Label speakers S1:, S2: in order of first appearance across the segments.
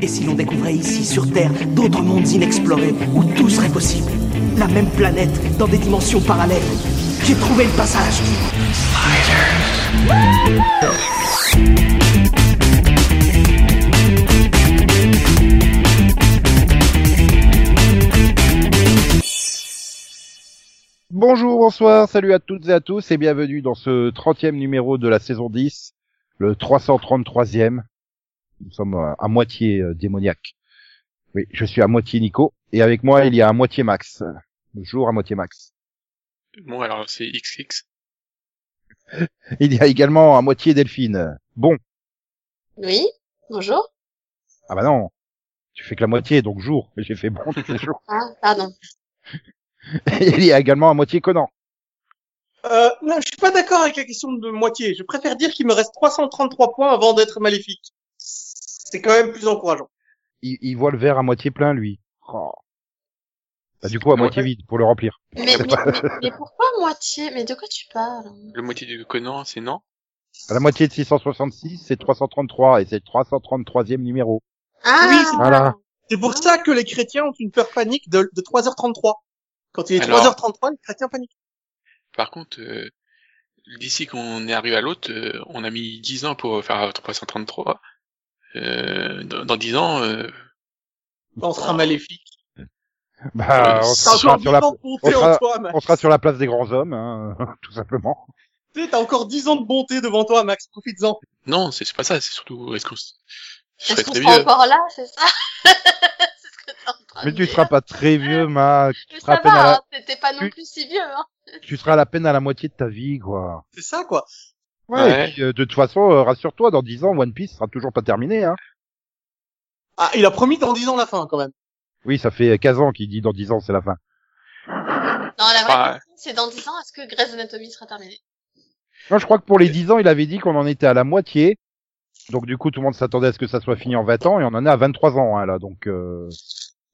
S1: Et si l'on découvrait ici, sur Terre, d'autres mondes inexplorés, où tout serait possible La même planète, dans des dimensions parallèles J'ai trouvé le passage
S2: Bonjour, bonsoir, salut à toutes et à tous et bienvenue dans ce 30e numéro de la saison 10, le 333e. Nous sommes à, à moitié euh, démoniaques. Oui, je suis à moitié Nico et avec moi il y a à moitié Max. Euh, Bonjour à moitié Max.
S3: Bon, alors c'est XX.
S2: Il y a également à moitié Delphine. Bon,
S4: Oui, bonjour.
S2: ah bah non, tu fais que la moitié donc jour, j'ai fait bon tous les jours.
S4: Ah, pardon.
S2: Et il y a également à moitié Conan.
S5: Euh, non, je suis pas d'accord avec la question de moitié. Je préfère dire qu'il me reste 333 points avant d'être maléfique. C'est quand même plus encourageant.
S2: Il, il voit le verre à moitié plein lui. Oh. Bah, du coup à moitié vide pour le remplir.
S4: Mais, mais, mais, mais pourquoi moitié Mais de quoi tu parles
S3: Le moitié du Conan, c'est non
S2: À la moitié de 666 c'est 333 et c'est le 333e numéro.
S4: Ah,
S5: Oui, c'est-
S2: Voilà.
S5: C'est pour ça que les chrétiens ont une peur panique de, de 3h33. Quand il est
S3: Alors-
S5: 3h33, les chrétiens paniquent.
S3: Par contre, euh, d'ici qu'on est arrivé à l'autre, euh, on a mis 10 ans pour faire 333. Euh, dans, dans 10 ans, euh,
S5: Bah, On sera maléfique.
S2: Bah,
S3: Euh,
S2: on
S3: c'est
S5: T'as
S2: sera
S5: encore
S2: sur
S5: 10
S2: la,
S5: ans de
S2: on
S5: bonté
S2: sera-
S5: en toi, Max.
S2: on sera sur la place des grands hommes, hein, tout simplement.
S5: Tu sais, T'as encore 10 ans de bonté devant toi, Max. Profites-en.
S3: non, c'est c'est pas ça, c'est surtout, est-ce qu'on s- je serais
S4: Est-ce qu'on
S3: très
S4: sera
S3: vieux.
S4: encore là, c'est ça C'est ce que t'es en train
S2: Mais
S4: de
S2: tu
S4: dire.
S2: seras pas très vieux, Max.
S4: Mais
S2: seras à
S4: ça
S2: peine à la-
S4: va, hein, t'étais pas non
S2: tu-
S4: plus si vieux. Hein.
S2: Tu seras à la peine à la moitié de ta vie, quoi.
S5: C'est ça, quoi.
S2: Ouais.
S3: Ouais.
S2: et puis, euh, de toute façon, euh, rassure-toi, dans 10 ans, One Piece sera toujours pas terminé, hein.
S5: Ah, il a promis dans 10 ans la fin, quand même.
S2: Oui, ça fait 15 ans qu'il dit dans 10 ans, c'est la fin.
S4: Non, la vraie
S3: Enfin,
S4: question, c'est dans 10 ans, est-ce que Grey's Anatomy sera terminée
S2: Non, je crois que pour les 10 ans, il avait dit qu'on en était à la moitié. Donc, du coup, tout le monde s'attendait à ce que ça soit fini en 20 ans, et on en est à 23 ans, hein, là. Donc, euh,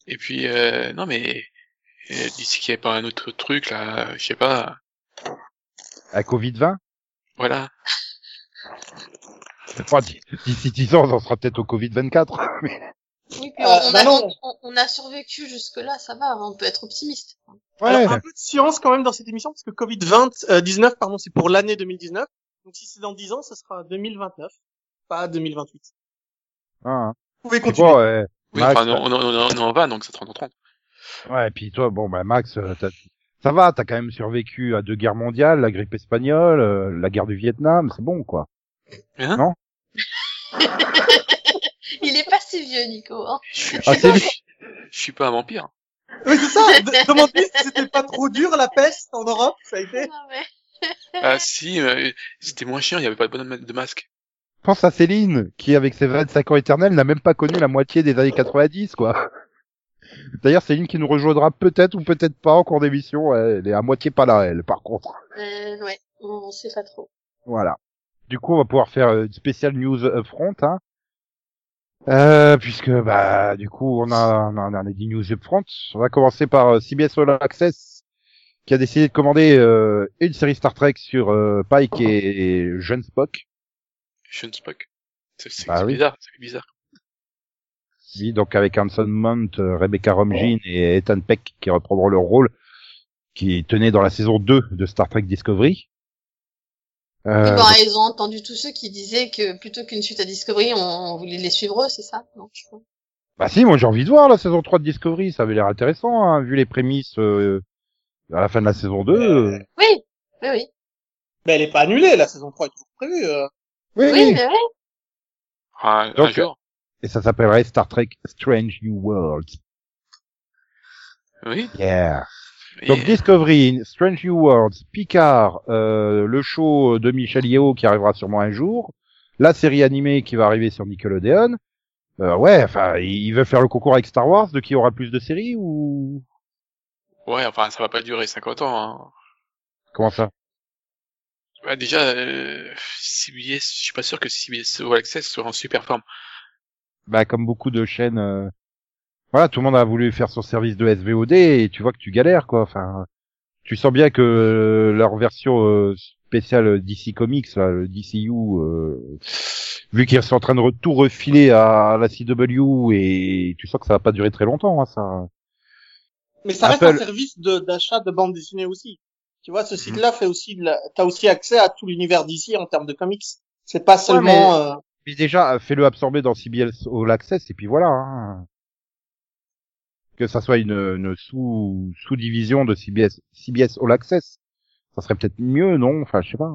S3: et puis, euh, non, mais euh, d'ici qu'il n'y ait pas un autre truc, là, je sais pas,
S2: à Covid-20.
S3: voilà.
S2: Enfin, d- D'ici 10 ans, on en sera peut-être au Covid-24. mais-
S4: Oui, puis
S5: Ah,
S4: Euh, on, on
S5: bah
S4: a,
S5: non.
S4: on, on a survécu jusque-là, ça va, on peut être optimiste.
S2: Ouais.
S5: Alors, un peu de science quand même dans cette émission, parce que Covid-19, euh, 19, pardon, c'est pour l'année 2019. Donc si c'est dans 10 ans, ce sera 2029, pas 2028.
S2: Hein, hein.
S5: Vous pouvez
S2: C'est
S5: continuer.
S2: bon, euh, ouais.
S3: Oui,
S2: Max,
S3: enfin, on, on, on, on en va, donc ça te rend en trompe.
S2: Ouais, et puis toi, bon, bah, Max, euh, t'as- ça va, t'as quand même survécu à deux guerres mondiales, la grippe espagnole, euh, la guerre du Vietnam, c'est bon, quoi.
S3: Hein
S2: Non.
S4: Il est pas si vieux, Nico. Hein.
S3: Je suis- je
S2: Ah,
S3: suis
S2: c'est
S3: pas-
S2: lui.
S3: je suis pas un vampire.
S5: Oui, c'est ça. de- Demandez si c'était pas trop dur la peste en Europe, ça a été.
S4: Non, mais...
S3: Ah si, euh, c'était moins chiant, il n'y avait pas de bonhomme de masque.
S2: Pense à Céline, qui, avec ses 25 ans éternels, n'a même pas connu la moitié des années 90, quoi. D'ailleurs, Céline qui nous rejoindra peut-être ou peut-être pas en cours d'émission, elle est à moitié pas là, elle, par contre.
S4: Euh, ouais, on sait pas trop.
S2: Voilà. Du coup, on va pouvoir faire euh, une spéciale news upfront, hein. Euh, puisque bah du coup on a on a, on a des news upfront. On va commencer par euh, CBS All Access qui a décidé de commander euh, une série Star Trek sur euh, Pike et, et jeune Spock.
S3: Je ne sais pas que... C'est c'est-
S2: Bah
S3: c'est
S2: oui.
S3: bizarre, c'est bizarre.
S2: Oui, donc avec Hanson Mount, euh, Rebecca Romijn et Ethan Peck qui reprendront leur rôle qui tenait dans la saison 2 de Star Trek Discovery.
S4: Oui,
S2: Euh,
S4: bah, ils ont entendu tous ceux qui disaient que plutôt qu'une suite à Discovery, on, on voulait les suivre eux, c'est ça Non, je crois.
S2: Bah si, moi j'ai envie de voir la saison 3 de Discovery, ça avait l'air intéressant, hein, vu les prémices euh, à la fin de la saison 2. euh.
S4: Oui, oui, oui.
S5: Mais elle est pas annulée, la saison 3 est toujours prévue. euh.
S2: Oui,
S4: Oui,
S2: oui.
S4: mais oui.
S3: Ah, un
S2: Donc,
S3: jour.
S2: Et ça s'appellerait Star Trek Strange New World.
S3: Oui.
S2: Yeah.
S3: Et-
S2: Donc Discovery, Strange New Worlds, Picard, euh, le show de Michel Yeo qui arrivera sûrement un jour, la série animée qui va arriver sur Nickelodeon. Euh, ouais, enfin, il veut faire le concours avec Star Wars, de qui aura plus de séries ou
S3: Ouais, enfin, ça va pas durer 50 ans. Hein.
S2: comment ça
S3: Bah, déjà, euh, CBS, je suis pas sûr que CBS All Access soit en super forme.
S2: bah, comme beaucoup de chaînes, euh, voilà, tout le monde a voulu faire son service de SVOD et tu vois que tu galères, quoi. Enfin, tu sens bien que euh, leur version euh, spéciale DC Comics, là, le DCU, euh, vu qu'ils sont en train de re- tout refiler à la CW et tu sens que ça va pas durer très longtemps, hein, ça.
S5: Mais ça reste
S2: Apple- Mhm.
S5: un service de- d'achat de, bande dessinée aussi. Tu vois, ce site-là fait aussi de la... t'as aussi accès à tout l'univers d'ici en termes de comics. C'est pas seulement, euh,
S2: Mais déjà, euh, fais-le absorber dans CBL All Access et puis voilà. hein. Que ça soit une, une sous sous-division de CBS CBS All Access, ça serait peut-être mieux, non Enfin, je sais pas.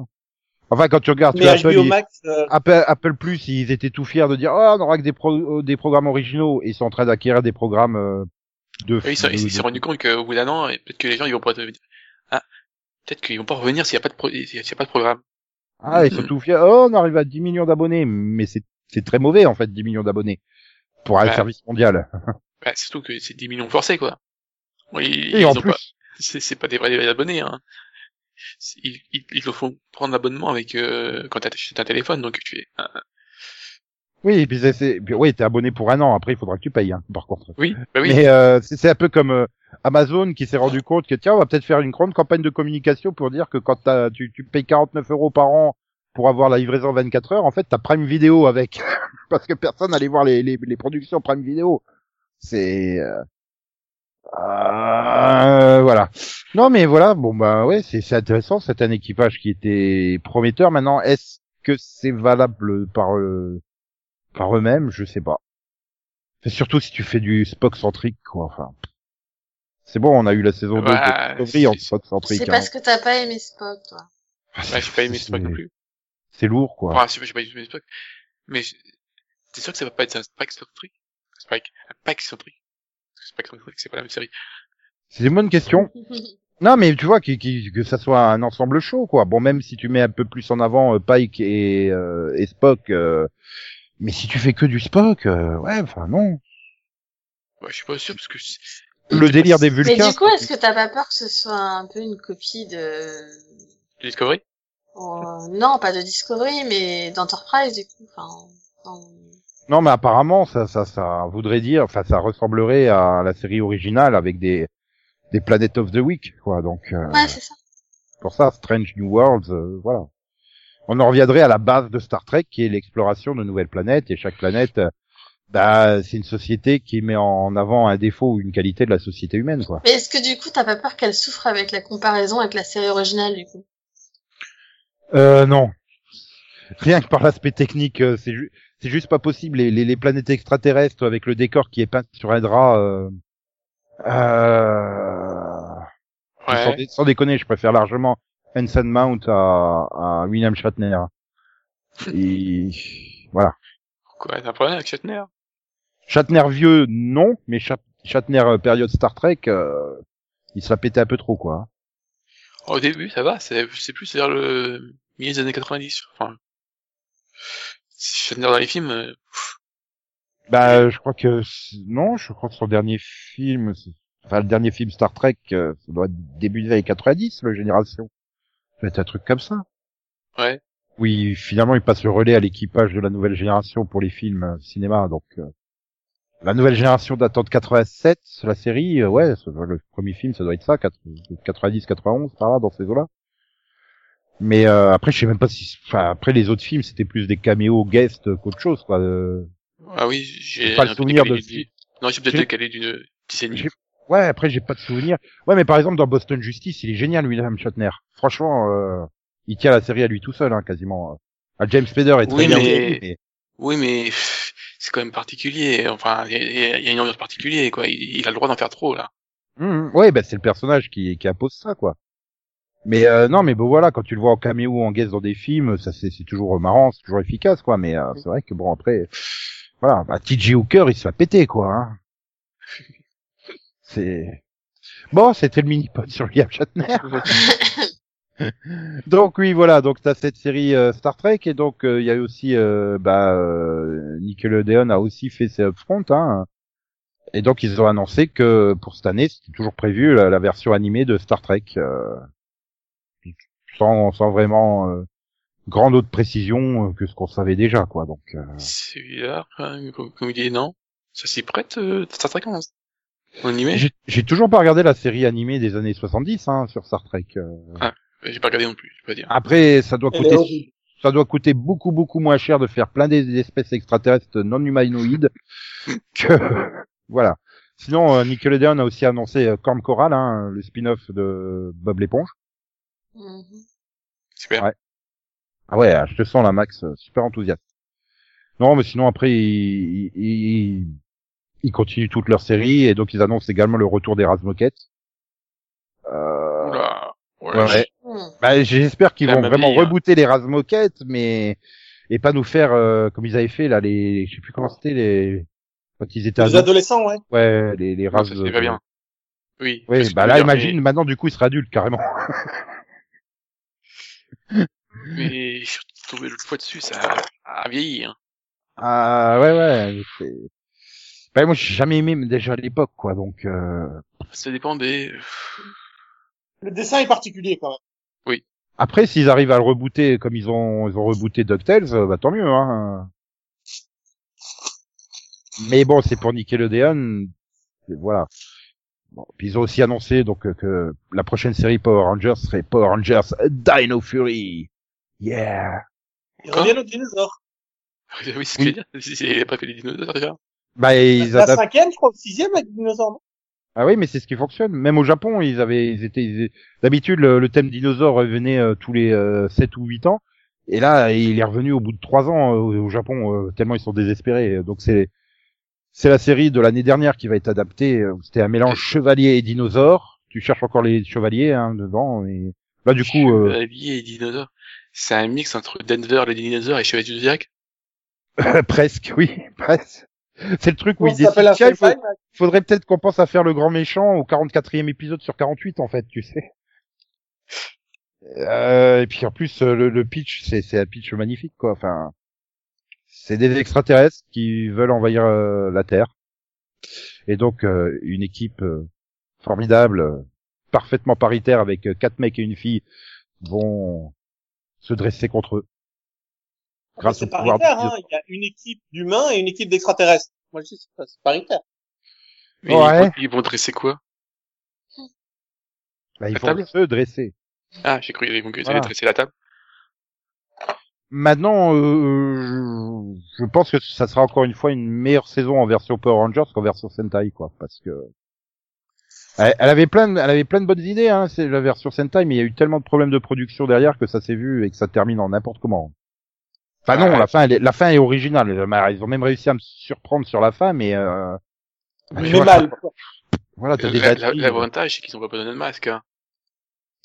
S2: Enfin, quand tu regardes, tu
S5: mais
S2: vois, Apple,
S5: HBO
S2: ils-
S5: Max, euh,
S2: Apple, Apple Plus, ils étaient tout fiers de dire, oh, on aura que des, pro- euh, des programmes originaux. Et ils sont en train d'acquérir des programmes euh, de.
S3: Oui, ils se-
S2: de-
S3: ils se sont
S2: de-
S3: rendus compte qu'au bout d'un an, et peut-être que les gens ils vont pas revenir. Ah, peut-être qu'ils vont pas revenir s'il n'y a pas de pro- s'il y a s'il y a pas de programme.
S2: Ah, ils sont tout fiers. Oh, on arrive à 10 millions d'abonnés, mais c'est c'est très mauvais en fait, 10 millions d'abonnés pour un
S3: Ouais.
S2: service mondial.
S3: Bah, surtout que c'est 10 millions forcés quoi. Oui,
S2: Et
S3: ils
S2: en
S3: ont
S2: plus,
S3: pas- c'est c'est pas des vrais abonnés. Hein. C'est- Ils, ils, ils le font prendre l'abonnement avec euh, quand t'as acheté un téléphone, donc tu fais. ah, ah.
S2: oui, et puis c'est- c'est puis oui, t'es abonné pour un an. Après, il faudra que tu payes, hein, par contre.
S3: Oui, bah oui.
S2: Mais euh, c'est c'est un peu comme euh, Amazon qui s'est rendu compte que tiens, on va peut-être faire une grande campagne de communication pour dire que quand t'as- tu, tu payes 49 euros par an pour avoir la livraison 24 heures, en fait, t'as Prime Vidéo avec, parce que personne n'allait voir les, les, les productions Prime Vidéo. C'est euh, euh, voilà. Non, mais voilà, bon bah ouais, c'est c'est intéressant. C'est un équipage qui était prometteur. Maintenant, est-ce que c'est valable par euh, par eux-mêmes Je sais pas. Enfin, Surtout si tu fais du Spock centrique, quoi. Enfin, c'est bon, on a eu la saison 2
S3: Bah,
S2: de Discovery en
S3: c'est-
S2: Spock centrique. hein.
S4: C'est parce que t'as pas aimé Spock, toi.
S3: Ouais, Bah j'ai pas aimé Spock non plus.
S2: C'est lourd, quoi.
S3: Enfin, je sais pas, j'ai pas aimé Spock. Mais je- t'es sûr que ça va pas être un Spike Spectry Spike, un Pack Spectry Spike Spectry, c'est pas la même série.
S2: C'est une bonne question. Non, mais tu vois qui- qui- que ça soit un ensemble chaud, quoi. Bon, même si tu mets un peu plus en avant euh, Pike et, euh, et Spock, euh, mais si tu fais que du Spock, euh, ouais, enfin non.
S3: Ouais, je suis pas sûr parce que je-
S2: Le délire des
S4: Mais
S2: Vulcains.
S4: du coup, est-ce que t'as pas peur que ce soit un peu une copie de
S3: Discovery.
S4: Oh, non, pas de Discovery, mais d'Enterprise, du coup. Enfin, dans-
S2: Non, mais apparemment, ça, ça, ça voudrait dire, enfin, ça ressemblerait à la série originale avec des des Planet of the Week, quoi. Donc euh,
S4: Ouais, c'est ça.
S2: pour ça, Strange New Worlds, euh, voilà. On en reviendrait à la base de Star Trek, qui est l'exploration de nouvelles planètes, et chaque planète, euh, bah, c'est une société qui met en avant un défaut ou une qualité de la société humaine, quoi.
S4: Mais est-ce que du coup, t'as pas peur qu'elle souffre avec la comparaison avec la série originale, du coup
S2: Euh, non. Rien que par l'aspect technique, euh, c'est ju- c'est juste pas possible. Les, les, les planètes extraterrestres avec le décor qui est peint sur un drap. euh, euh, sans,
S3: Ouais.
S2: dé- sans déconner, je préfère largement Ensign Mount à, à William Shatner. Et voilà.
S3: Quoi, t'as un problème avec Shatner
S2: Shatner vieux, non, mais Shat- Shatner euh, période Star Trek, euh, il se la pétait un peu trop, quoi.
S3: Au début, ça va, c'est c'est plus vers le milieu des années 90. Enfin, Shatner dans les films, euh,
S2: Bah, euh, je crois que c- non, je crois que son dernier film, c'est- enfin le dernier film Star Trek, euh, ça doit être début des années 90, le Génération. Ça doit être un truc comme ça.
S3: Ouais.
S2: Oui, finalement, il passe le relais à l'équipage de la nouvelle génération pour les films euh, cinéma. Donc, euh, la nouvelle génération datant de 87, la série, euh, ouais, ça doit- le premier film, ça doit être ça, 90, 91, par là, dans ces eaux-là. Mais euh, après, je sais même pas si, enfin, après les autres films, c'était plus des caméos guests euh, qu'autre chose, quoi. euh.
S3: ah oui, j'ai
S2: J'ai pas le
S3: un peu
S2: souvenir
S3: décalé
S2: de-
S3: du- Non, j'ai peut-être
S2: J'ai-
S3: décalé d'une décennie.
S2: J'ai- Ouais, après j'ai pas de souvenir. Ouais, mais par exemple dans Boston Justice, il est génial William Shatner. Franchement, euh, il tient la série à lui tout seul, hein, quasiment. Ah, James Spader est très
S3: Oui,
S2: bien
S3: mais-
S2: aussi, mais
S3: Oui, mais pff, c'est quand même particulier. Enfin, il y, a- il y a une ambiance particulière, quoi. Il, il a le droit d'en faire trop, là.
S2: Hum, hum. ouais, bah, c'est le personnage qui, qui impose ça, quoi. Mais euh, non, mais bon voilà, quand tu le vois en caméo ou en guest dans des films, ça c'est c'est toujours marrant, c'est toujours efficace, quoi. Mais euh, c'est vrai que bon après, voilà, bah, T.J. Hooker, il se fait péter, quoi. hein. C'est bon, c'était le mini pod sur William Shatner. donc oui, voilà, donc t'as cette série euh, Star Trek et donc euh, il y a eu aussi, euh, bah, euh, Nickelodeon a aussi fait ses upfront, hein. Et donc ils ont annoncé que pour cette année, c'était toujours prévu la, la version animée de Star Trek, euh, sans, sans vraiment euh, grande autre précision euh, que ce qu'on savait déjà, quoi. Donc euh,
S3: C'est bizarre, hein, comme, comme il est, non Ça s'y prête, euh, Star Trek 11 En animé
S2: j'ai- j'ai toujours pas regardé la série animée des années 70 hein, sur Star Trek. euh.
S3: J'ai pas regardé non plus, je peux pas dire.
S2: Après, ça doit
S5: elle est
S2: coûter
S5: horrible.
S2: Ça doit coûter beaucoup, beaucoup moins cher de faire plein des- des espèces extraterrestres non humanoïdes que... Voilà. Sinon, euh, Nickelodeon a aussi annoncé euh, Corn Coral, hein, le spin-off de Bob l'éponge.
S4: Mhm.
S3: Super.
S2: Ouais. Ah ouais, je te sens là, Max, euh, super enthousiaste. Non, mais sinon après ils, ils- ils, ils continuent toute leur série et donc ils annoncent également le retour des Razmoket. Euh,
S3: Oula. Ouais.
S2: ouais, ouais.
S4: Mhm.
S2: Bah, j'espère qu'ils
S3: La
S2: vont
S3: même
S2: vraiment
S3: ligne, hein.
S2: rebooter les Razmoket, mais et pas nous faire euh, comme ils avaient fait là les, je sais plus comment c'était les quand ils étaient
S5: Les
S2: ados,
S5: adolescents, ouais.
S2: ouais, les les
S3: Non,
S2: Raz.
S3: ça c'est pas bien. Oui. je
S2: Oui,
S3: sais
S2: bah
S3: pas
S2: là
S3: bien,
S2: imagine maintenant du coup ils seraient adultes carrément.
S3: Mais, mais surtout le poids dessus, ça a, a vieilli. Hein.
S2: Ah ouais ouais. c'est- Bah, moi j'ai jamais aimé mais déjà à l'époque quoi donc. Euh...
S3: Ça dépend des.
S5: Le dessin est particulier, quand même.
S2: Après, s'ils arrivent à le rebooter comme ils ont, ils ont rebooté DuckTales, euh, bah tant mieux. Hein. Mais bon, c'est pour Nickelodeon. et Voilà. Bon, puis ils ont aussi annoncé donc euh, que la prochaine série Power Rangers serait Power Rangers Dino Fury. Yeah.
S5: Ils
S3: Hein
S5: reviennent aux dinosaures.
S3: oui, c'est ce que je veux dire. Il a pas fait les dinosaures déjà.
S2: Bah et ils
S5: La
S2: adaptent.
S5: cinquième, je crois, ou sixième avec les dinosaures, non
S2: Ah oui, mais c'est ce qui fonctionne. Même au Japon, ils avaient, ils étaient, ils- d'habitude le, le thème dinosaure revenait euh, tous les 7 ou 8 ans, et là il est revenu au bout de 3 ans euh, au Japon euh, tellement ils sont désespérés. Donc c'est, c'est la série de l'année dernière qui va être adaptée. euh, C'était un mélange chevalier et dinosaure. Tu cherches encore les chevaliers hein, dedans. Et... Là du coup, euh,
S3: Chevalier et dinosaures. C'est un mix entre Denver, les dinosaures et Chevalier du Zodiac.
S2: presque, oui, presque. C'est le truc où
S5: Comment
S2: ils
S5: ça s'appelle
S2: décident.
S5: la
S2: Tiens, il faut-
S5: cinquième
S2: faudrait peut-être qu'on pense à faire le grand méchant au 44e épisode sur 48 en fait, tu sais. Euh, et puis en plus euh, le, le pitch c'est c'est un pitch magnifique quoi, enfin c'est des extraterrestres qui veulent envahir euh, la Terre. Et donc euh, une équipe euh, formidable, euh, parfaitement paritaire avec euh, quatre mecs et une fille vont se dresser contre eux. grâce
S5: Ah, C'est
S2: au pouvoir
S5: paritaire,
S2: du
S5: hein. Il y a une équipe d'humains et une équipe d'extraterrestres. Moi, je sais pas, c'est paritaire.
S3: Mais
S2: Ouais.
S3: ils, vont, ils vont dresser quoi
S2: Bah, ils
S3: La
S2: vont
S3: table
S2: se dresser.
S3: Ah, j'ai cru qu'ils vont- qu'ils
S2: Voilà.
S3: allaient dresser la table.
S2: Maintenant, euh, je, je pense que ça sera encore une fois une meilleure saison en version Power Rangers qu'en version Sentai, quoi, parce que elle, elle avait plein, de, elle avait plein de bonnes idées, hein, c'est la version Sentai, mais il y a eu tellement de problèmes de production derrière que ça s'est vu et que ça termine en n'importe comment. Enfin non,
S3: Ouais.
S2: la fin, elle est, la fin est originale. Ils ont même réussi à me surprendre sur la fin, mais euh,
S3: Mais
S5: Mais
S2: tu vois,
S5: mal.
S2: Voilà, Ah, t'as des
S3: La- la-
S2: batteries. euh.
S3: L'avantage, c'est qu'ils ont pas besoin de masque. Hein.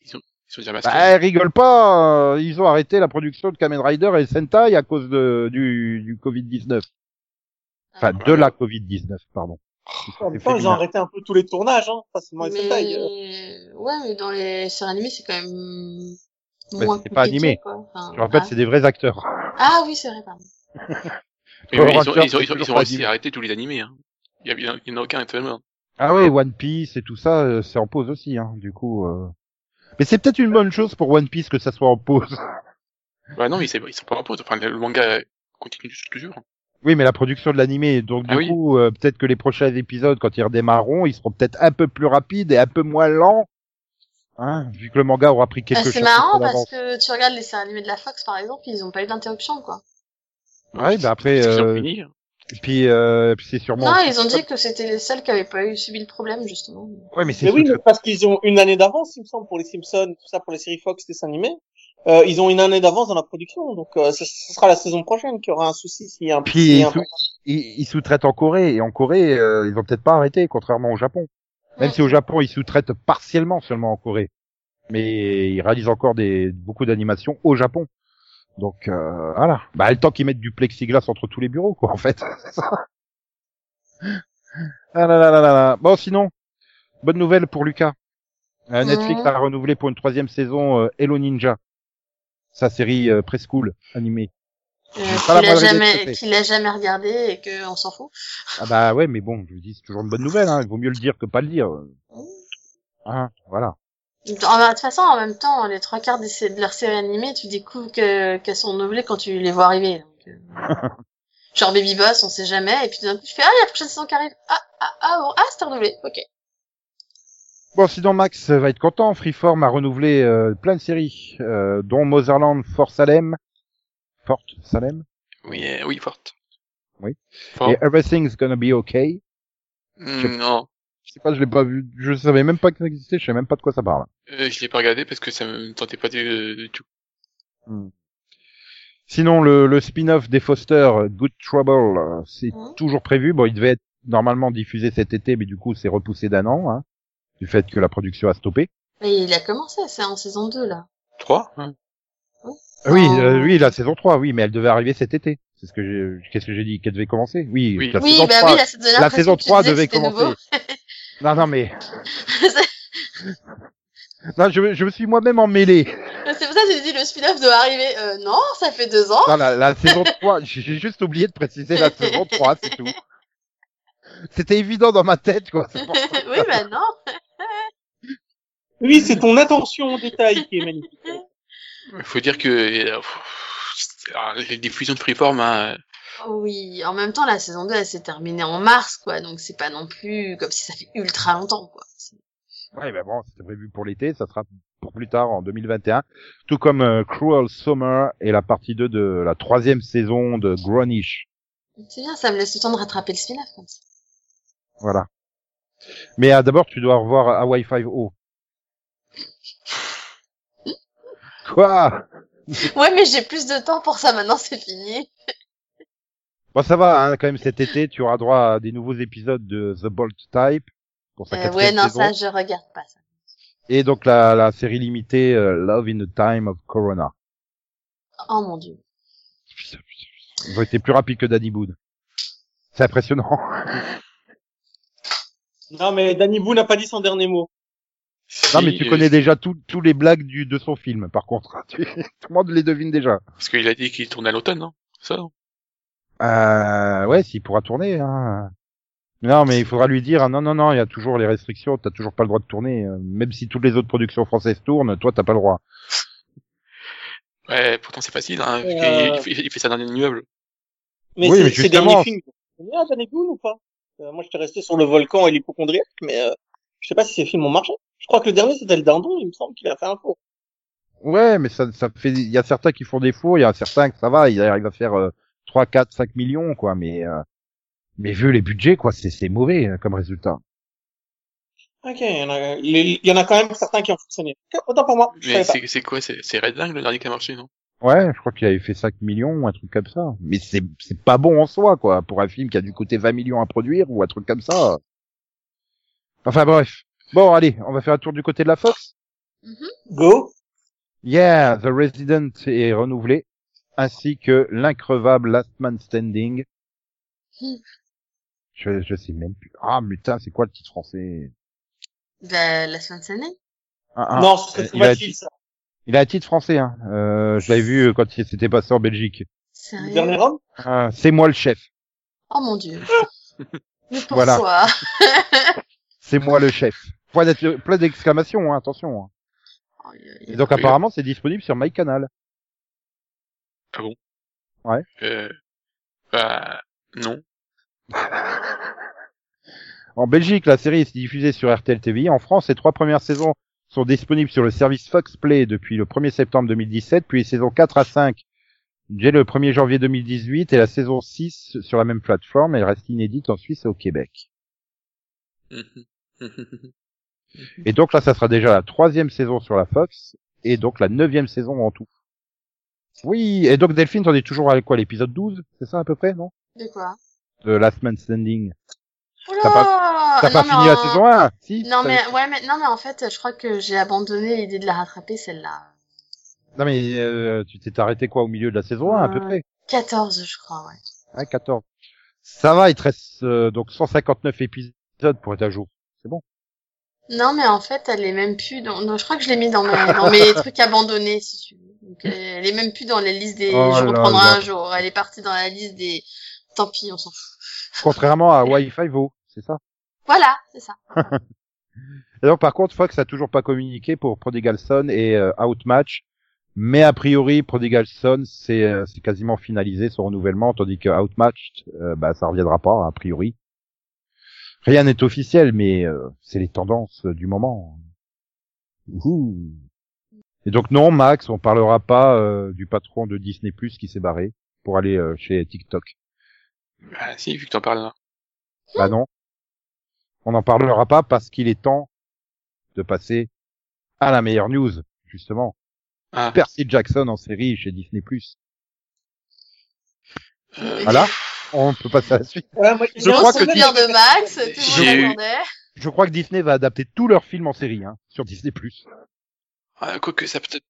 S3: Ils ont, ils ont déjà masqué.
S2: Bah, rigole pas, euh, ils ont arrêté la production de Kamen Rider et Sentai à cause de, du, du Covid-19. Enfin,
S3: Ah,
S2: de la Covid-19, pardon.
S5: En même
S2: C'est
S5: temps, ils ont
S2: féminin.
S5: arrêté un peu tous les tournages, hein. Facilement, et
S4: Mais...
S5: c'est taille. euh.
S4: Ouais, mais dans les séries animées, c'est quand même
S2: Bah,
S4: moins
S2: c'est pas
S4: compliqué,
S2: animé.
S4: quoi. Enfin,
S2: En fait,
S4: ah.
S2: c'est des vrais acteurs.
S4: Ah oui, c'est vrai, pardon.
S3: Mais oui,
S2: Power
S3: ils ont,
S2: Rangers,
S3: ils ont, ils ont,
S2: c'est
S3: ils ont
S2: toujours
S3: aussi
S2: pas
S3: arrêté tous les animés. Hein. Il y, a- il y en- il y en a aucun actuellement.
S2: Ah ouais, One Piece et tout ça, euh, c'est en pause aussi, hein, du coup. euh. Mais c'est peut-être une bonne chose pour One Piece que ça soit en pause.
S3: Bah non, ils, ils sont pas en pause. Enfin, le le manga continue toujours.
S2: Oui, mais la production de l'animé, donc du
S3: Ah oui.
S2: coup, euh, peut-être que les prochains épisodes, quand ils redémarreront, ils seront peut-être un peu plus rapides et un peu moins lents. Hein, vu que le manga aura pris quelques
S4: Bah, c'est
S2: chapitres
S4: marrant
S2: d'avance.
S4: parce que tu regardes les séries animées de la Fox, par exemple, ils ont pas eu d'interruption, quoi.
S2: Ouais, bah après,
S3: Ils ont
S2: euh,
S3: fini.
S2: puis, euh, puis c'est sûrement...
S4: non, ils ont dit que c'était les seuls qui avaient pas eu subi le problème, justement. Euh,
S2: Ouais, mais c'est
S5: Mais oui,
S2: sûr
S5: mais parce qu'ils ont une année d'avance, il me semble, pour les Simpsons, tout ça, pour les séries Fox, dessins animés. Euh, ils ont une année d'avance dans la production, donc euh, ce, ce sera la saison prochaine qu'il y aura un souci s'il y a un
S2: que-
S5: s'il
S2: Puis
S5: y
S2: ils,
S5: a un-
S2: sous- ils- ils sous-traitent en Corée et en Corée euh, ils ont peut-être pas arrêté contrairement au Japon. Même
S4: Mm.
S2: si au Japon ils sous-traitent partiellement seulement en Corée, mais ils réalisent encore des beaucoup d'animations au Japon. Donc euh, voilà, bah le temps qu'ils mettent du plexiglas entre tous les bureaux quoi en fait. C'est ça. ah là là là là là. Bon sinon, bonne nouvelle pour Lucas. Euh, Netflix
S4: Mm.
S2: a renouvelé pour une troisième saison euh, Hello Ninja, sa série euh, preschool animée.
S4: Euh,
S2: pas la
S4: qu'il a
S2: moindre idée de ce
S4: jamais,
S2: que c'est.
S4: qu'il a jamais regardé et que on s'en fout.
S2: Ah bah ouais, mais bon, je vous dis, c'est toujours une bonne nouvelle, hein. Il vaut mieux le dire que pas le dire. Hein, voilà.
S4: En- bah, De toute façon, en même temps, les trois quarts des sé- de leurs séries animées, tu découvres que- qu'elles sont renouvelées quand tu les vois arriver. donc, euh. Genre Baby Boss, on sait jamais, et puis d'un coup, tu fais, ah, il y a la prochaine saison qui arrive. Ah, ah, ah, bon, ah, c'est renouvelé. Ok.
S2: Bon, sinon Max va être content. Freeform a renouvelé euh, plein de séries, euh, dont Motherland, Force Salem, Forte, Salem.
S3: Oui, euh, oui, forte.
S2: Oui.
S3: Fort.
S2: Et Everything's Gonna Be Okay. je-
S3: Hmm, non,
S2: Je sais pas, je l'ai pas vu, je savais même pas que ça existait, je savais même pas de quoi ça parle.
S3: Euh, je l'ai pas regardé parce que ça me tentait pas du, du tout.
S2: Sinon, le, le spin-off des Foster, euh, Good Trouble, euh, c'est
S4: Mhm.
S2: toujours prévu. Bon, il devait être normalement diffusé cet été, mais du coup, c'est repoussé d'un an, hein, du fait que la production a stoppé.
S4: Mais il a commencé, c'est en saison 2, là.
S3: Trois hein
S2: Ah Oui,
S4: Oh.
S2: euh, oui, la saison 3, oui, mais elle devait arriver cet été. C'est ce que j'ai, qu'est-ce que j'ai dit, qu'elle devait commencer. Oui,
S3: Oui.
S2: la
S4: Oui,
S2: saison
S4: bah
S2: 3.
S4: oui, la saison,
S2: la saison 3 devait
S4: Nouveau.
S2: commencer. Non, non, mais,
S4: c'est
S2: non, je, me- je me suis moi-même emmêlé.
S4: c'est pour ça que j'ai dit le spin-off doit arriver. Euh, non, ça fait deux ans.
S2: Non, la, la saison 3, j'ai j'ai juste oublié de préciser la saison 3, c'est tout. C'était évident dans ma tête, quoi. c'est pour ça.
S4: oui, bah non.
S5: Oui, c'est ton attention au détail qui est magnifique.
S3: Il faut dire que euh, pff, alors, les diffusions de Freeform, hein,
S4: Oui, en même temps, la saison 2, elle s'est terminée en mars, quoi. Donc, c'est pas non plus comme si ça fait ultra longtemps, quoi. C'est-
S2: Ouais, bah bon, c'était prévu pour l'été, ça sera pour plus tard en 2021. Tout comme euh, Cruel Summer et la partie 2 de la troisième saison de Grownish.
S4: C'est bien, ça me laisse le temps de rattraper le spin-off, comme ça.
S2: Voilà. Mais euh, d'abord, tu dois revoir Hawaii 5O. Quoi
S4: Ouais, mais j'ai plus de temps pour ça maintenant, c'est fini.
S2: Bon, ça va, hein, quand même, cet été, tu auras droit à des nouveaux épisodes de The Bolt Type pour sa
S4: Euh, ouais,
S2: quatrième
S4: non,
S2: saison.
S4: ça, je regarde pas ça.
S2: Et donc la, la série limitée euh, Love in the Time of Corona.
S4: Oh mon dieu.
S2: Putain, putain. Ils ont été plus rapides que Danny Boone. C'est impressionnant.
S5: Non, mais Danny Boone n'a pas dit son dernier mot.
S2: Non,
S3: si,
S2: mais tu
S3: euh,
S2: connais déjà tous tous les blagues du, de son film, par contre. hein. Tu- tout le monde les devine déjà.
S3: Parce qu'il a dit qu'il tournait à l'automne, non Ça, hein. non
S2: Euh, ouais, s'il pourra tourner. Hein. Non, mais il faudra lui dire, ah, non, non, non, il y a toujours les restrictions, t'as toujours pas le droit de tourner. euh, Même si toutes les autres productions françaises tournent, toi, t'as pas le droit.
S3: Ouais, pourtant c'est facile, hein, parce
S5: Euh.
S3: qu'il- il, fait- il fait ça dans un immeuble.
S5: Mais
S2: Oui,
S5: c'est
S2: mais
S5: ses
S2: justement.
S5: derniers films. C'est bien, Danny Boone ou pas Euh, Moi, j'étais resté sur le volcan et l'hypochondriaque, mais euh, je sais pas si ces films ont marché. Je crois que le dernier, c'était le dindon, il me semble qu'il a fait un faux.
S2: Ouais, mais ça, ça fait, il y a certains qui font des fours, il y a certains que ça va, ils arrivent à faire euh, 3, 4, 5 millions, quoi, mais, euh, mais vu les budgets, quoi, c'est, c'est mauvais, euh, comme résultat.
S5: Ok, il y, en a, il y en a quand même certains qui ont fonctionné. Ok, Autant pour moi, je
S3: Mais
S5: savais pas.
S3: c'est c'est quoi C'est c'est Red Dingue le dernier qui a marché, non
S2: Ouais, je crois qu'il avait fait 5 millions ou un truc comme ça. Mais c'est, c'est pas bon en soi, quoi, pour un film qui a dû coûter 20 millions à produire ou un truc comme ça. Enfin, bref. Bon, allez, on va faire un tour du côté de la Fox.
S4: Mhm.
S5: Go
S2: Yeah, The Resident est renouvelé, ainsi que l'increvable Last Man Standing.
S4: Hmm.
S2: Je, je sais même plus. Ah, putain, c'est quoi le titre français
S4: Bah, La, la semaine année
S2: Ah, ah,
S5: Non, c'est
S2: euh,
S5: trop
S2: il, a,
S5: facile, ça.
S2: il a un titre français, hein. Euh, je l'avais vu euh, quand il s'était passé en Belgique.
S5: Le
S4: Sérieux
S5: dernier homme
S2: Ah, c'est moi le chef.
S4: Oh mon dieu. Mais pour
S2: Voilà.
S4: soi.
S2: C'est moi le chef. Point d'être- Plein d'exclamations, hein, attention. hein.
S4: Aïe, aïe, aïe.
S2: Et donc
S3: Oui.
S2: apparemment, c'est disponible sur MyCanal.
S3: euh, Bah, non.
S2: En Belgique, la série est diffusée sur RTL TV. En France, les trois premières saisons sont disponibles sur le service Fox Play depuis le 1er septembre 2017, puis les saisons 4 à 5 dès le 1er janvier 2018 et la saison 6 sur la même plateforme. Elle reste inédite en Suisse et au Québec.
S3: Mhm. Mhm.
S2: Et donc là, ça sera déjà la troisième saison sur la Fox et donc la neuvième saison en tout. Oui, et donc Delphine, t'en es toujours à quoi l'épisode 12 C'est ça à peu près, non
S4: De quoi
S2: De Last Man Standing.
S4: Oula
S2: T'as T'as pas
S4: Ah, Non, mais
S2: fini la
S4: en-
S2: saison 1 Si
S4: Non
S2: t'as-
S4: mais, ouais, mais, non mais en fait, je crois que j'ai abandonné l'idée de la rattraper, celle-là.
S2: Non mais euh, tu t'es arrêté quoi au milieu de la saison 1 à peu
S4: Ouais.
S2: près
S4: 14, je crois, ouais.
S2: Hein, 14. Ça va, il te reste euh, donc 159 épisodes pour être à jour.
S4: Non, mais en fait, elle est même plus dans. Non, je crois que je l'ai mis dans mes, dans mes trucs abandonnés, si tu veux. Donc, euh, elle est même plus dans la liste des.
S2: Oh
S4: je
S2: là
S4: reprendrai
S2: là.
S4: un jour. Elle est partie dans la liste des. Tant pis, on s'en fout.
S2: Contrairement à Wi-Fi Vo, c'est ça
S4: Voilà, c'est ça.
S2: Et donc par contre, Fox a toujours pas communiqué pour Prodigal Son et euh, Outmatch, mais a priori Prodigal Son c'est euh, c'est quasiment finalisé son renouvellement, tandis que Outmatch, euh, bah ça reviendra pas a priori. Rien n'est officiel, mais euh, c'est les tendances euh, du moment. Ouhou. Et donc non, Max, on parlera pas euh, du patron de Disney Plus qui s'est barré pour aller euh, chez TikTok.
S3: Bah si, vu que t'en parles là.
S2: Bah non. On n'en parlera pas parce qu'il est temps de passer à la meilleure news, justement.
S3: Ah.
S2: Percy Jackson en série chez Disney Plus.
S3: Euh,
S5: Mmh.
S2: Voilà. On peut passer à la suite.
S5: Voilà, moi,
S4: Je
S2: crois
S4: crois
S2: que
S4: souvenir de Max, tout
S3: J'ai
S4: le
S3: eu-
S4: monde attendait.
S2: Je crois que Disney va adapter tous leurs films en série hein, sur Disney Plus.
S3: ah, Quoique ça peut-être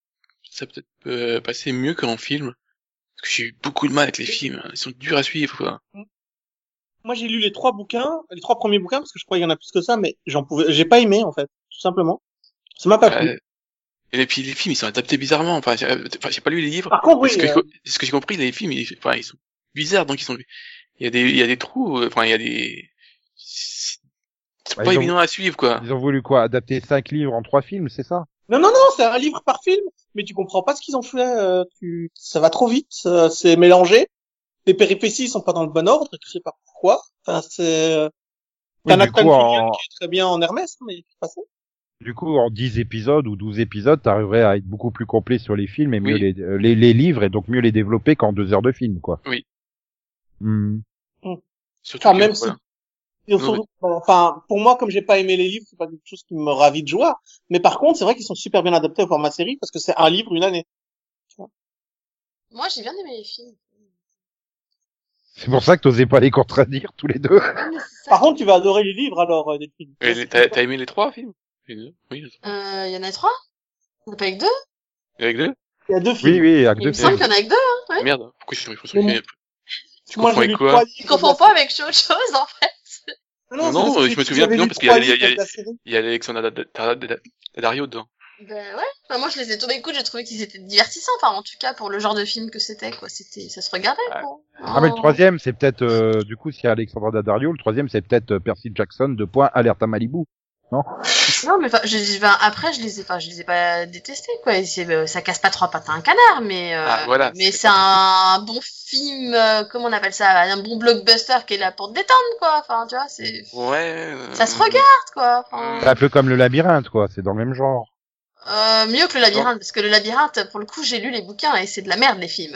S3: ça peut être euh, passer mieux qu'en film. Parce que j'ai eu beaucoup de mal avec les films. Ils sont durs à suivre. Quoi.
S5: moi, j'ai lu les trois bouquins, les trois premiers bouquins, parce que je crois qu'il y en a plus que ça, mais j'en pouvais, j'ai pas aimé, en fait, tout simplement. Ça m'a pas plu.
S3: Euh, et puis les films ils sont adaptés bizarrement. Enfin, j'ai euh, enfin, j'ai pas lu les livres.
S5: Par contre, oui,
S3: ce que,
S5: euh,
S3: j'ai- ce que j'ai compris, les films, ils, enfin, ils sont bizarres, donc ils sont. Il y a des, il y a des trous, euh, enfin, il y a des. C'est
S2: Bah,
S3: pas
S2: ils ont-
S3: évident à suivre, quoi.
S2: Ils ont voulu quoi Adapter cinq livres en trois films, c'est ça
S5: Non, non, non, c'est un livre par film, mais tu comprends pas ce qu'ils ont fait. euh, tu... Ça va trop vite, euh, c'est mélangé. Les péripéties sont pas dans le bon ordre, tu sais pas pourquoi. Enfin, c'est... euh,
S2: Oui,
S5: T'as
S2: du
S5: Nathan
S2: coup,
S5: Fillion
S2: en-
S5: qui est très bien en Hermès, mais c'est pas ça.
S2: Du coup, en 10 épisodes ou 12 épisodes, t'arriverais à être beaucoup plus complet sur les films et mieux
S3: Oui.
S2: les, euh, les, les livres et donc mieux les développer qu'en deux heures de film, quoi.
S3: Oui.
S2: Hmm.
S3: Surtout
S5: Ah,
S3: que,
S5: même si-
S3: voilà.
S5: Et
S3: Oui,
S5: surtout, bon, Enfin, pour moi, comme j'ai pas aimé les livres, c'est pas quelque chose qui me ravit de joie. Mais par contre, c'est vrai qu'ils sont super bien adaptés au format série parce que c'est un livre une année.
S4: Moi, j'ai bien aimé les films.
S2: C'est pour ça que t'osais pas les contradire tous les deux.
S4: Oui, mais c'est ça.
S5: Par contre, tu vas adorer les livres alors. euh, des films.
S3: Et les- T'as t'as aimé les trois films Les deux Oui, les trois.
S4: Euh, il y en a trois? Il n'y en a pas que deux?
S3: avec deux
S5: Il y a deux films.
S2: Oui, oui, acte
S4: Il me
S2: de
S4: semble
S2: film.
S4: qu'il y en a que deux. hein. Ouais.
S3: Merde, pourquoi je suis je pense
S5: Mais
S3: que- Tu
S5: Moi,
S3: confonds
S5: j'ai lu
S3: avec quoi
S5: trois livres
S4: Tu
S5: de la
S4: confonds pas avec autre chose, en fait.
S3: Non, non,
S5: c'est parce
S3: je
S5: que
S3: me souviens
S5: j'avais
S3: plus, non,
S5: lu
S3: parce qu'il y a-
S5: trois
S3: il y a-
S5: livres
S3: il y a-
S5: de la série.
S3: Il y a Alexandre Dad- Dad- Dad- Daddario dedans.
S4: Ben ouais. Enfin, moi, je les ai tombés écoute, j'ai trouvé qu'ils étaient divertissants. Enfin, en tout cas, pour le genre de film que c'était, quoi. C'était, ça se regardait,
S3: Ouais.
S4: quoi.
S2: Ah mais le
S4: Oh.
S2: troisième, c'est peut-être euh, du coup s'il y a Alexandra Daddario, le troisième c'est peut-être euh, Percy Jackson de point alerte à Malibu.
S4: Non, mais enfin, je, je- enfin, après, je les ai, enfin, je les ai pas détestés, quoi. Et c'est, euh, ça casse pas trois pattes à un canard, mais, euh,
S3: Ah, voilà,
S4: mais
S3: c'est
S4: c'est un bon film, euh, comment on appelle ça, un bon blockbuster qui est là pour te détendre, quoi. Enfin, tu vois,
S3: Mm.
S4: c'est,
S3: Ouais.
S4: ça se
S3: euh,
S4: regarde, quoi. Enfin,
S2: C'est un peu comme le labyrinthe quoi, c'est dans le même genre.
S3: Mm.
S4: euh, mieux que le labyrinthe, parce que le labyrinthe, pour le coup, j'ai lu les bouquins et c'est de la merde, les films.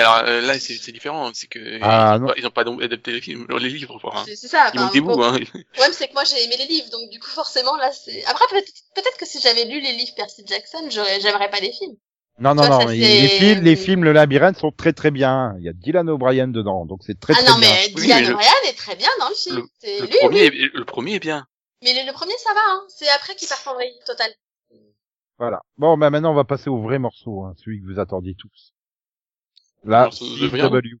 S3: Oui, alors euh, là, c'est c'est différent. C'est que.
S2: Ah,
S3: ils ont
S2: non.
S3: pas- ils ont pas donc adapté les films, les livres, quoi. hein.
S4: C'est c'est ça.
S3: Ils
S4: enfin,
S3: manquent des
S4: pour-
S3: bouts, hein.
S4: Le problème, c'est que moi, j'ai aimé les livres, donc du coup, forcément, là, c'est... Après, peut-être peut-être que si j'avais lu les livres Percy Jackson, j'aurais, j'aimerais pas les films.
S2: Non non
S4: Toi,
S2: non,
S4: ça,
S2: mais
S4: c'est-
S2: les films, les films le labyrinthe sont très très bien. Il y a Dylan O'Brien dedans, donc c'est très
S4: ah
S2: très
S4: non,
S2: bien.
S4: mais
S3: Oui,
S4: Dylan
S3: mais le-
S4: O'Brien est très bien dans le film. C'est
S3: Le
S4: lui,
S3: premier,
S4: oui.
S3: est- le premier est bien.
S4: Mais le, le premier, ça va, hein. C'est après qu'il part en vrille, total.
S2: Voilà. Bon, bah maintenant on va passer au vrai morceau, hein, celui que vous attendiez tous. La
S3: Alors, ça nous devrait rien.
S2: CW.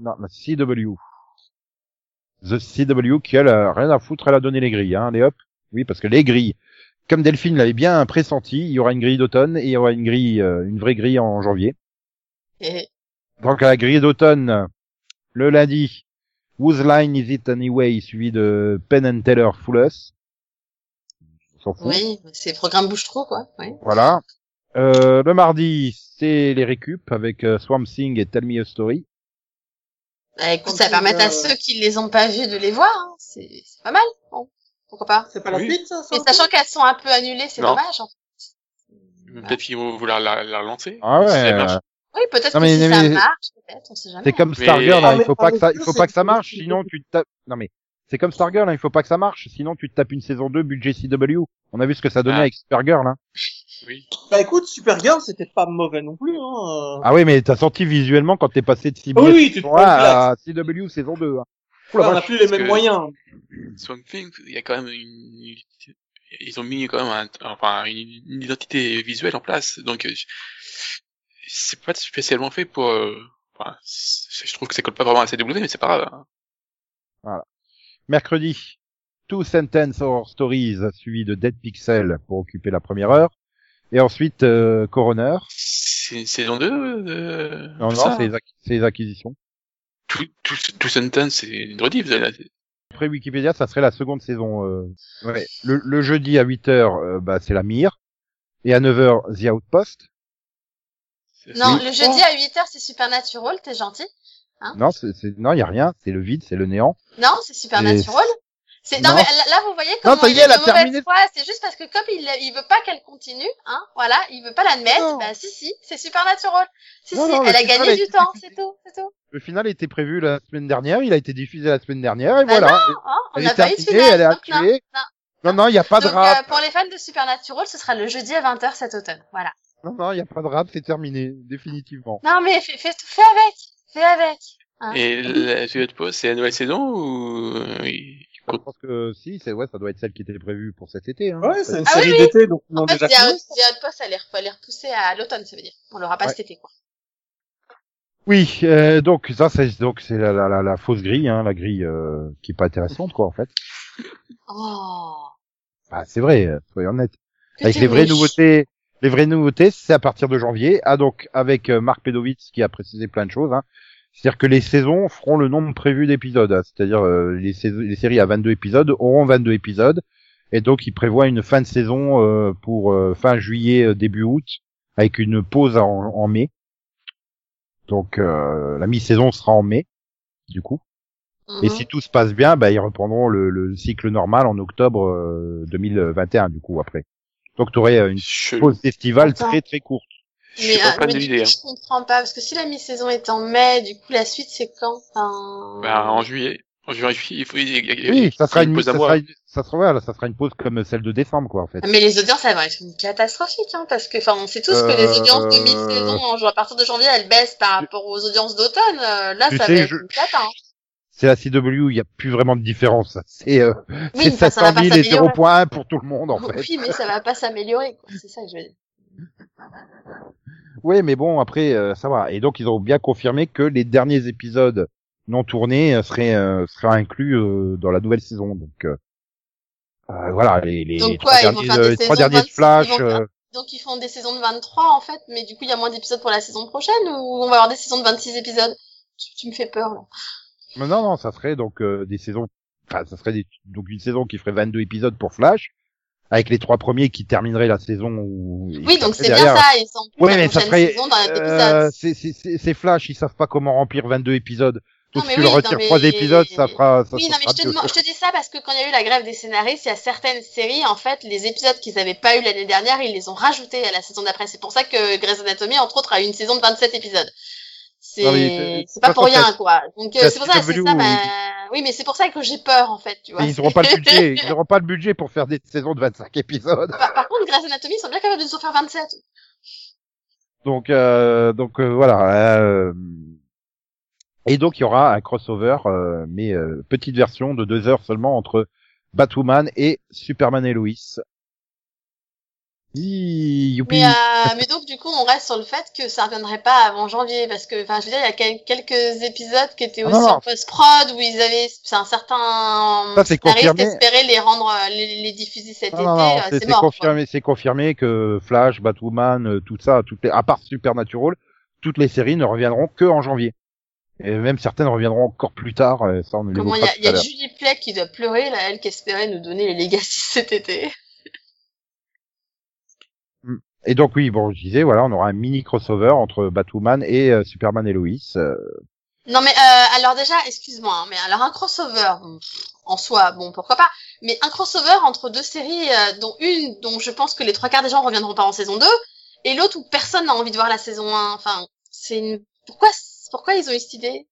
S2: Non, la CW. The CW qui elle a rien à foutre, elle a donné les grilles, hein, les hop. Oui, parce que les grilles, comme Delphine l'avait bien pressenti, il y aura une grille d'automne et il y aura une grille, euh, une vraie grille en janvier.
S4: Et...
S2: Donc à la grille d'automne, le lundi, Whose Line Is It Anyway, suivi de Penn and Teller Full Us. On s'en fout.
S4: Oui, c'est programme bouche trop, quoi. Ouais.
S2: Voilà. Euh, le mardi, c'est les récup avec euh, Swamp Thing et Tell Me a Story.
S4: Bah, écoute,
S5: Comme
S4: ça
S5: si,
S4: va permettre
S5: euh,
S4: à ceux qui les ont pas vus de les voir, hein. C'est, c'est pas mal. Bon, pourquoi pas.
S5: C'est pas la
S3: Oui.
S5: suite, ça. ça
S4: Mais sachant qu'elles sont un peu annulées, c'est
S3: Non.
S4: dommage. hein. en fait.
S3: Peut-être qu'ils vont vouloir la, la relancer.
S2: Ah ouais.
S3: Si elle marche.
S4: Oui, peut-être
S2: Non,
S4: que
S2: mais-
S4: si
S2: mais-
S4: ça marche, peut-être, on sait jamais.
S2: C'est comme
S3: Mais-
S2: Stargirl, hein,
S5: Ah,
S2: il
S5: mais
S2: faut pas
S5: avec
S2: que ça,
S5: ça,
S2: il faut
S5: c'est
S2: pas que ça
S5: une
S2: marche,
S5: politique.
S2: sinon tu te tapes. Non mais c'est comme Stargirl, hein, il faut pas que ça marche, sinon tu te tapes une saison 2 budget CW. On a vu ce que ça donnait
S3: Ah.
S2: avec Supergirl. Hein.
S3: Oui.
S5: Bah écoute, Supergirl, c'était pas mauvais non plus. Hein.
S2: Ah oui, mais t'as senti visuellement quand t'es passé de CBS
S5: Ah oui, tu te
S2: saison
S5: prends une
S2: 1
S5: claque.
S2: à CW saison 2. Hein. Oh la
S5: on n'a
S2: vache.
S5: plus les
S3: parce
S5: mêmes
S3: que-
S5: moyens.
S3: Swamp Thing, il y a quand même une, ils ont mis quand même un- enfin, une, une identité visuelle en place. Donc, euh, je- c'est pas spécialement fait pour, euh, enfin, c'est- je trouve que ça colle pas vraiment à la CW, mais c'est pas grave. hein.
S2: Mercredi, Two Sentence Horror Stories suivi de Dead Pixel pour occuper la première heure. Et ensuite euh, Coroner.
S3: C'est une saison 2 euh,
S2: Non, non,
S3: ça
S2: c'est les ac- c'est les acquisitions.
S3: tout, tout, tout Sentence, c'est une rediff. ça, là.
S2: Après Wikipédia, ça serait la seconde saison. euh. Le, le jeudi à 8h, euh, bah, c'est la Mire. Et à 9h, The Outpost.
S3: C'est-
S4: Non,
S3: oui.
S4: le jeudi à 8h, c'est Supernatural, t'es gentil.
S2: Non, c'est, c'est- non, il y a rien. C'est le vide, c'est le néant.
S4: Non, c'est Supernatural. C'est, non,
S2: Non.
S4: mais là, là, vous voyez
S2: Non,
S4: comment
S2: ça y
S4: il
S2: est,
S4: est
S2: elle a
S4: de mauvaise
S2: terminé.
S4: foi. C'est juste parce que comme il, il veut pas qu'elle continue, hein, voilà, il veut pas l'admettre,
S2: Non.
S4: bah si, si, c'est supernatural. Si,
S2: Non,
S4: si,
S2: non, mais
S4: elle a
S2: c'est pas
S4: gagné
S2: la-
S4: du temps, c'est tout, c'est tout.
S2: Le final était prévu la semaine dernière, il a été diffusé la semaine dernière, et
S4: Bah
S2: voilà.
S4: Hein, on
S2: elle
S4: a
S2: est
S4: pas eu de
S2: terminée, elle
S4: finale,
S2: est
S4: donc non.
S2: actuée.
S4: non.
S2: Non, non, il n'y a pas de
S4: Donc, euh,
S2: rap.
S4: pour les fans de Supernatural, ce sera le jeudi à 20h cet automne, voilà.
S2: Non, non, il n'y a pas de rap, c'est terminé, définitivement.
S4: Non, mais fais, fais, fais avec, fais avec.
S3: Et la suite de pause, c'est la nouvelle saison ou euh, il-
S2: Je pense que si, c'est ouais, ça doit être celle qui était prévue pour cet été. Hein.
S5: Ouais, c'est une
S4: Ah oui,
S5: série
S4: oui.
S5: d'été, donc ils l'ont
S4: En fait,
S5: déjà
S4: The
S5: fini.
S4: Hot The Hot Post, elle est rep- elle est repoussée à l'automne, ça veut dire. On l'aura pas
S2: Ouais.
S4: cet été, quoi.
S2: Oui, euh, donc ça c'est donc c'est la, la, la, la fausse grille, hein, la grille euh, qui est pas intéressante quoi en fait.
S4: Oh.
S2: Bah, c'est vrai, euh, soyons honnêtes.
S4: que
S2: Avec
S4: t'es
S2: les vraies
S4: moche.
S2: nouveautés, les vraies nouveautés, c'est à partir de janvier. Ah donc avec euh, Marc Pedowitz qui a précisé plein de choses. Hein. C'est-à-dire que les saisons feront le nombre prévu d'épisodes. hein. C'est-à-dire euh, les, sais- les séries à 22 épisodes auront 22 épisodes. Et donc il prévoit une fin de saison euh, pour euh, fin juillet, euh, début août, avec une pause en, en mai. Donc euh, la mi-saison sera en mai, du coup.
S4: Mhm.
S2: Et si tout se passe bien, bah, ils reprendront le, le cycle normal en octobre euh, 2021, du coup, après. Donc, tu aurais une
S3: je,
S2: pause estivale
S4: Attends.
S2: très très courte.
S3: je suis pas
S4: euh,
S3: fan de
S4: du
S3: l'idée. hein.
S4: coup, Je comprends pas, parce que si la mi-saison est en mai, du coup, la suite, c'est quand
S3: hein.
S4: Enfin,
S3: Bah, en juillet, en juillet, il faut, il, il- il-
S2: Oui, ça
S3: il
S2: sera une,
S3: pose
S2: ça
S3: à moi.
S2: sera, une- ça sera, voilà, ça sera une pause comme celle de décembre, quoi, en fait.
S4: Ah, Mais les audiences, elles vont être catastrophiques, hein, parce que, enfin, on sait tous que les audiences de
S2: Euh,
S4: mi-saison, en ju- à partir de janvier, elles baissent par rapport aux audiences d'automne. Euh, Là,
S2: tu
S4: ça
S2: sais,
S4: va être
S2: je-
S4: une cata, hein.
S2: C'est la CW, il n'y a plus vraiment de différence. C'est euh,
S4: Oui,
S2: c'est
S4: enfin, ça va
S2: 700
S4: pas
S2: 000 et
S4: s'améliorer.
S2: 0.1 pour tout le monde, en fait.
S4: Oui, mais ça va pas s'améliorer, quoi. C'est ça que je veux dire.
S2: Oui, mais bon, après, euh, ça va. Et donc, ils ont bien confirmé que les derniers épisodes non tournés euh, seraient, euh, seraient inclus euh, dans la nouvelle saison. Donc, euh, euh, voilà, les, les,
S4: Donc
S2: les
S4: quoi,
S2: trois
S4: ils vont
S2: derniers,
S4: faire des
S2: euh, les trois
S4: saisons
S2: derniers
S4: 26,
S2: flashs.
S4: ils vont faire-
S2: euh,
S4: Donc, ils font des saisons de 23, en fait, mais du coup, il y a moins d'épisodes pour la saison prochaine, ou on va avoir des saisons de 26 épisodes? Tu, tu me fais peur, là.
S2: mais non, non, ça serait donc euh, des saisons. Enfin, ça serait des- donc une saison qui ferait 22 épisodes pour Flash, avec les trois premiers qui termineraient la saison. Où...
S4: Oui, donc c'est bien
S2: derrière-
S4: ça, ils sont plus
S2: Ouais,
S4: la
S2: mais ça
S4: prochaine
S2: ferait-
S4: saison dans les
S2: Euh,
S4: épisodes.
S2: c'est- c'est c'est- c'est Flash, ils savent pas comment remplir 22 épisodes.
S4: Non,
S2: Donc si
S4: mais
S2: tu
S4: oui,
S2: leur
S4: non,
S2: retires
S4: mais-
S2: trois épisodes, ça fera. Ça
S4: Oui,
S2: ça
S4: non, mais
S2: fera
S4: je te,
S2: mieux.
S4: demande- je te dis ça parce que quand il y a eu la grève des scénaristes, il y a certaines séries, en fait, les épisodes qu'ils avaient pas eu l'année dernière, ils les ont rajoutés à la saison d'après. C'est pour ça que Grey's Anatomy, entre autres, a une saison de 27 épisodes.
S2: Non, mais
S4: C'est
S2: c'est-
S4: c'est pas
S2: ça,
S4: pour
S2: ça,
S4: rien,
S2: ça-
S4: quoi. Donc, euh,
S2: ça,
S4: c'est pour ça,
S2: CW,
S4: c'est ça,
S2: où
S4: ma-
S2: ils-
S4: Oui, mais c'est pour ça que j'ai peur, en fait, tu vois.
S2: Mais ils n'auront pas le budget, ils n'auront pas le budget pour faire des saisons de 25 épisodes.
S4: Par, par contre, Grey's Anatomy, ils sont bien capables de nous en faire 27.
S2: Donc euh, donc euh, voilà. euh, et donc il y aura un crossover, euh, mais euh, petite version de deux heures seulement entre Batwoman et Superman et Lois. Hi, youpi.
S4: Mais, euh, mais donc, du coup, on reste sur le fait que ça reviendrait pas avant janvier, parce que, enfin, je veux dire, il y a quel- quelques épisodes qui étaient
S2: Ah,
S4: aussi
S2: non, non.
S4: en post-prod, où ils avaient, c'est un certain
S2: Ça, c'est
S4: scénariste
S2: confirmé.
S4: espérait les rendre, euh, les, les diffuser cet
S2: Ah, Non,
S4: été,
S2: non, non,
S4: euh,
S2: c'est
S4: c'est
S2: c'est
S4: mort. quoi.
S2: confirmé, c'est confirmé que Flash, Batwoman, euh, tout ça, toutes les, à part Supernatural, toutes les séries ne reviendront que en janvier. Et même certaines reviendront encore plus tard. euh, Ça, on ne
S4: Comment,
S2: l'évoquera
S4: il
S2: tout
S4: y a, il y
S2: à
S4: a
S2: l'heure.
S4: Julie Plec qui doit pleurer, là, elle qui espérait nous donner les Legacy cet été.
S2: Et donc oui, bon, je disais, voilà, on aura un mini crossover entre Batwoman et euh, Superman et Lois. euh,
S4: Non, mais, euh, alors déjà, excuse-moi, hein, mais alors un crossover, bon, pff, en soi, bon, pourquoi pas, mais un crossover entre deux séries, euh, dont une dont je pense que les trois quarts des gens reviendront pas en saison 2, et l'autre où personne n'a envie de voir la saison 1. Enfin, c'est une... Pourquoi, pourquoi ils ont eu cette idée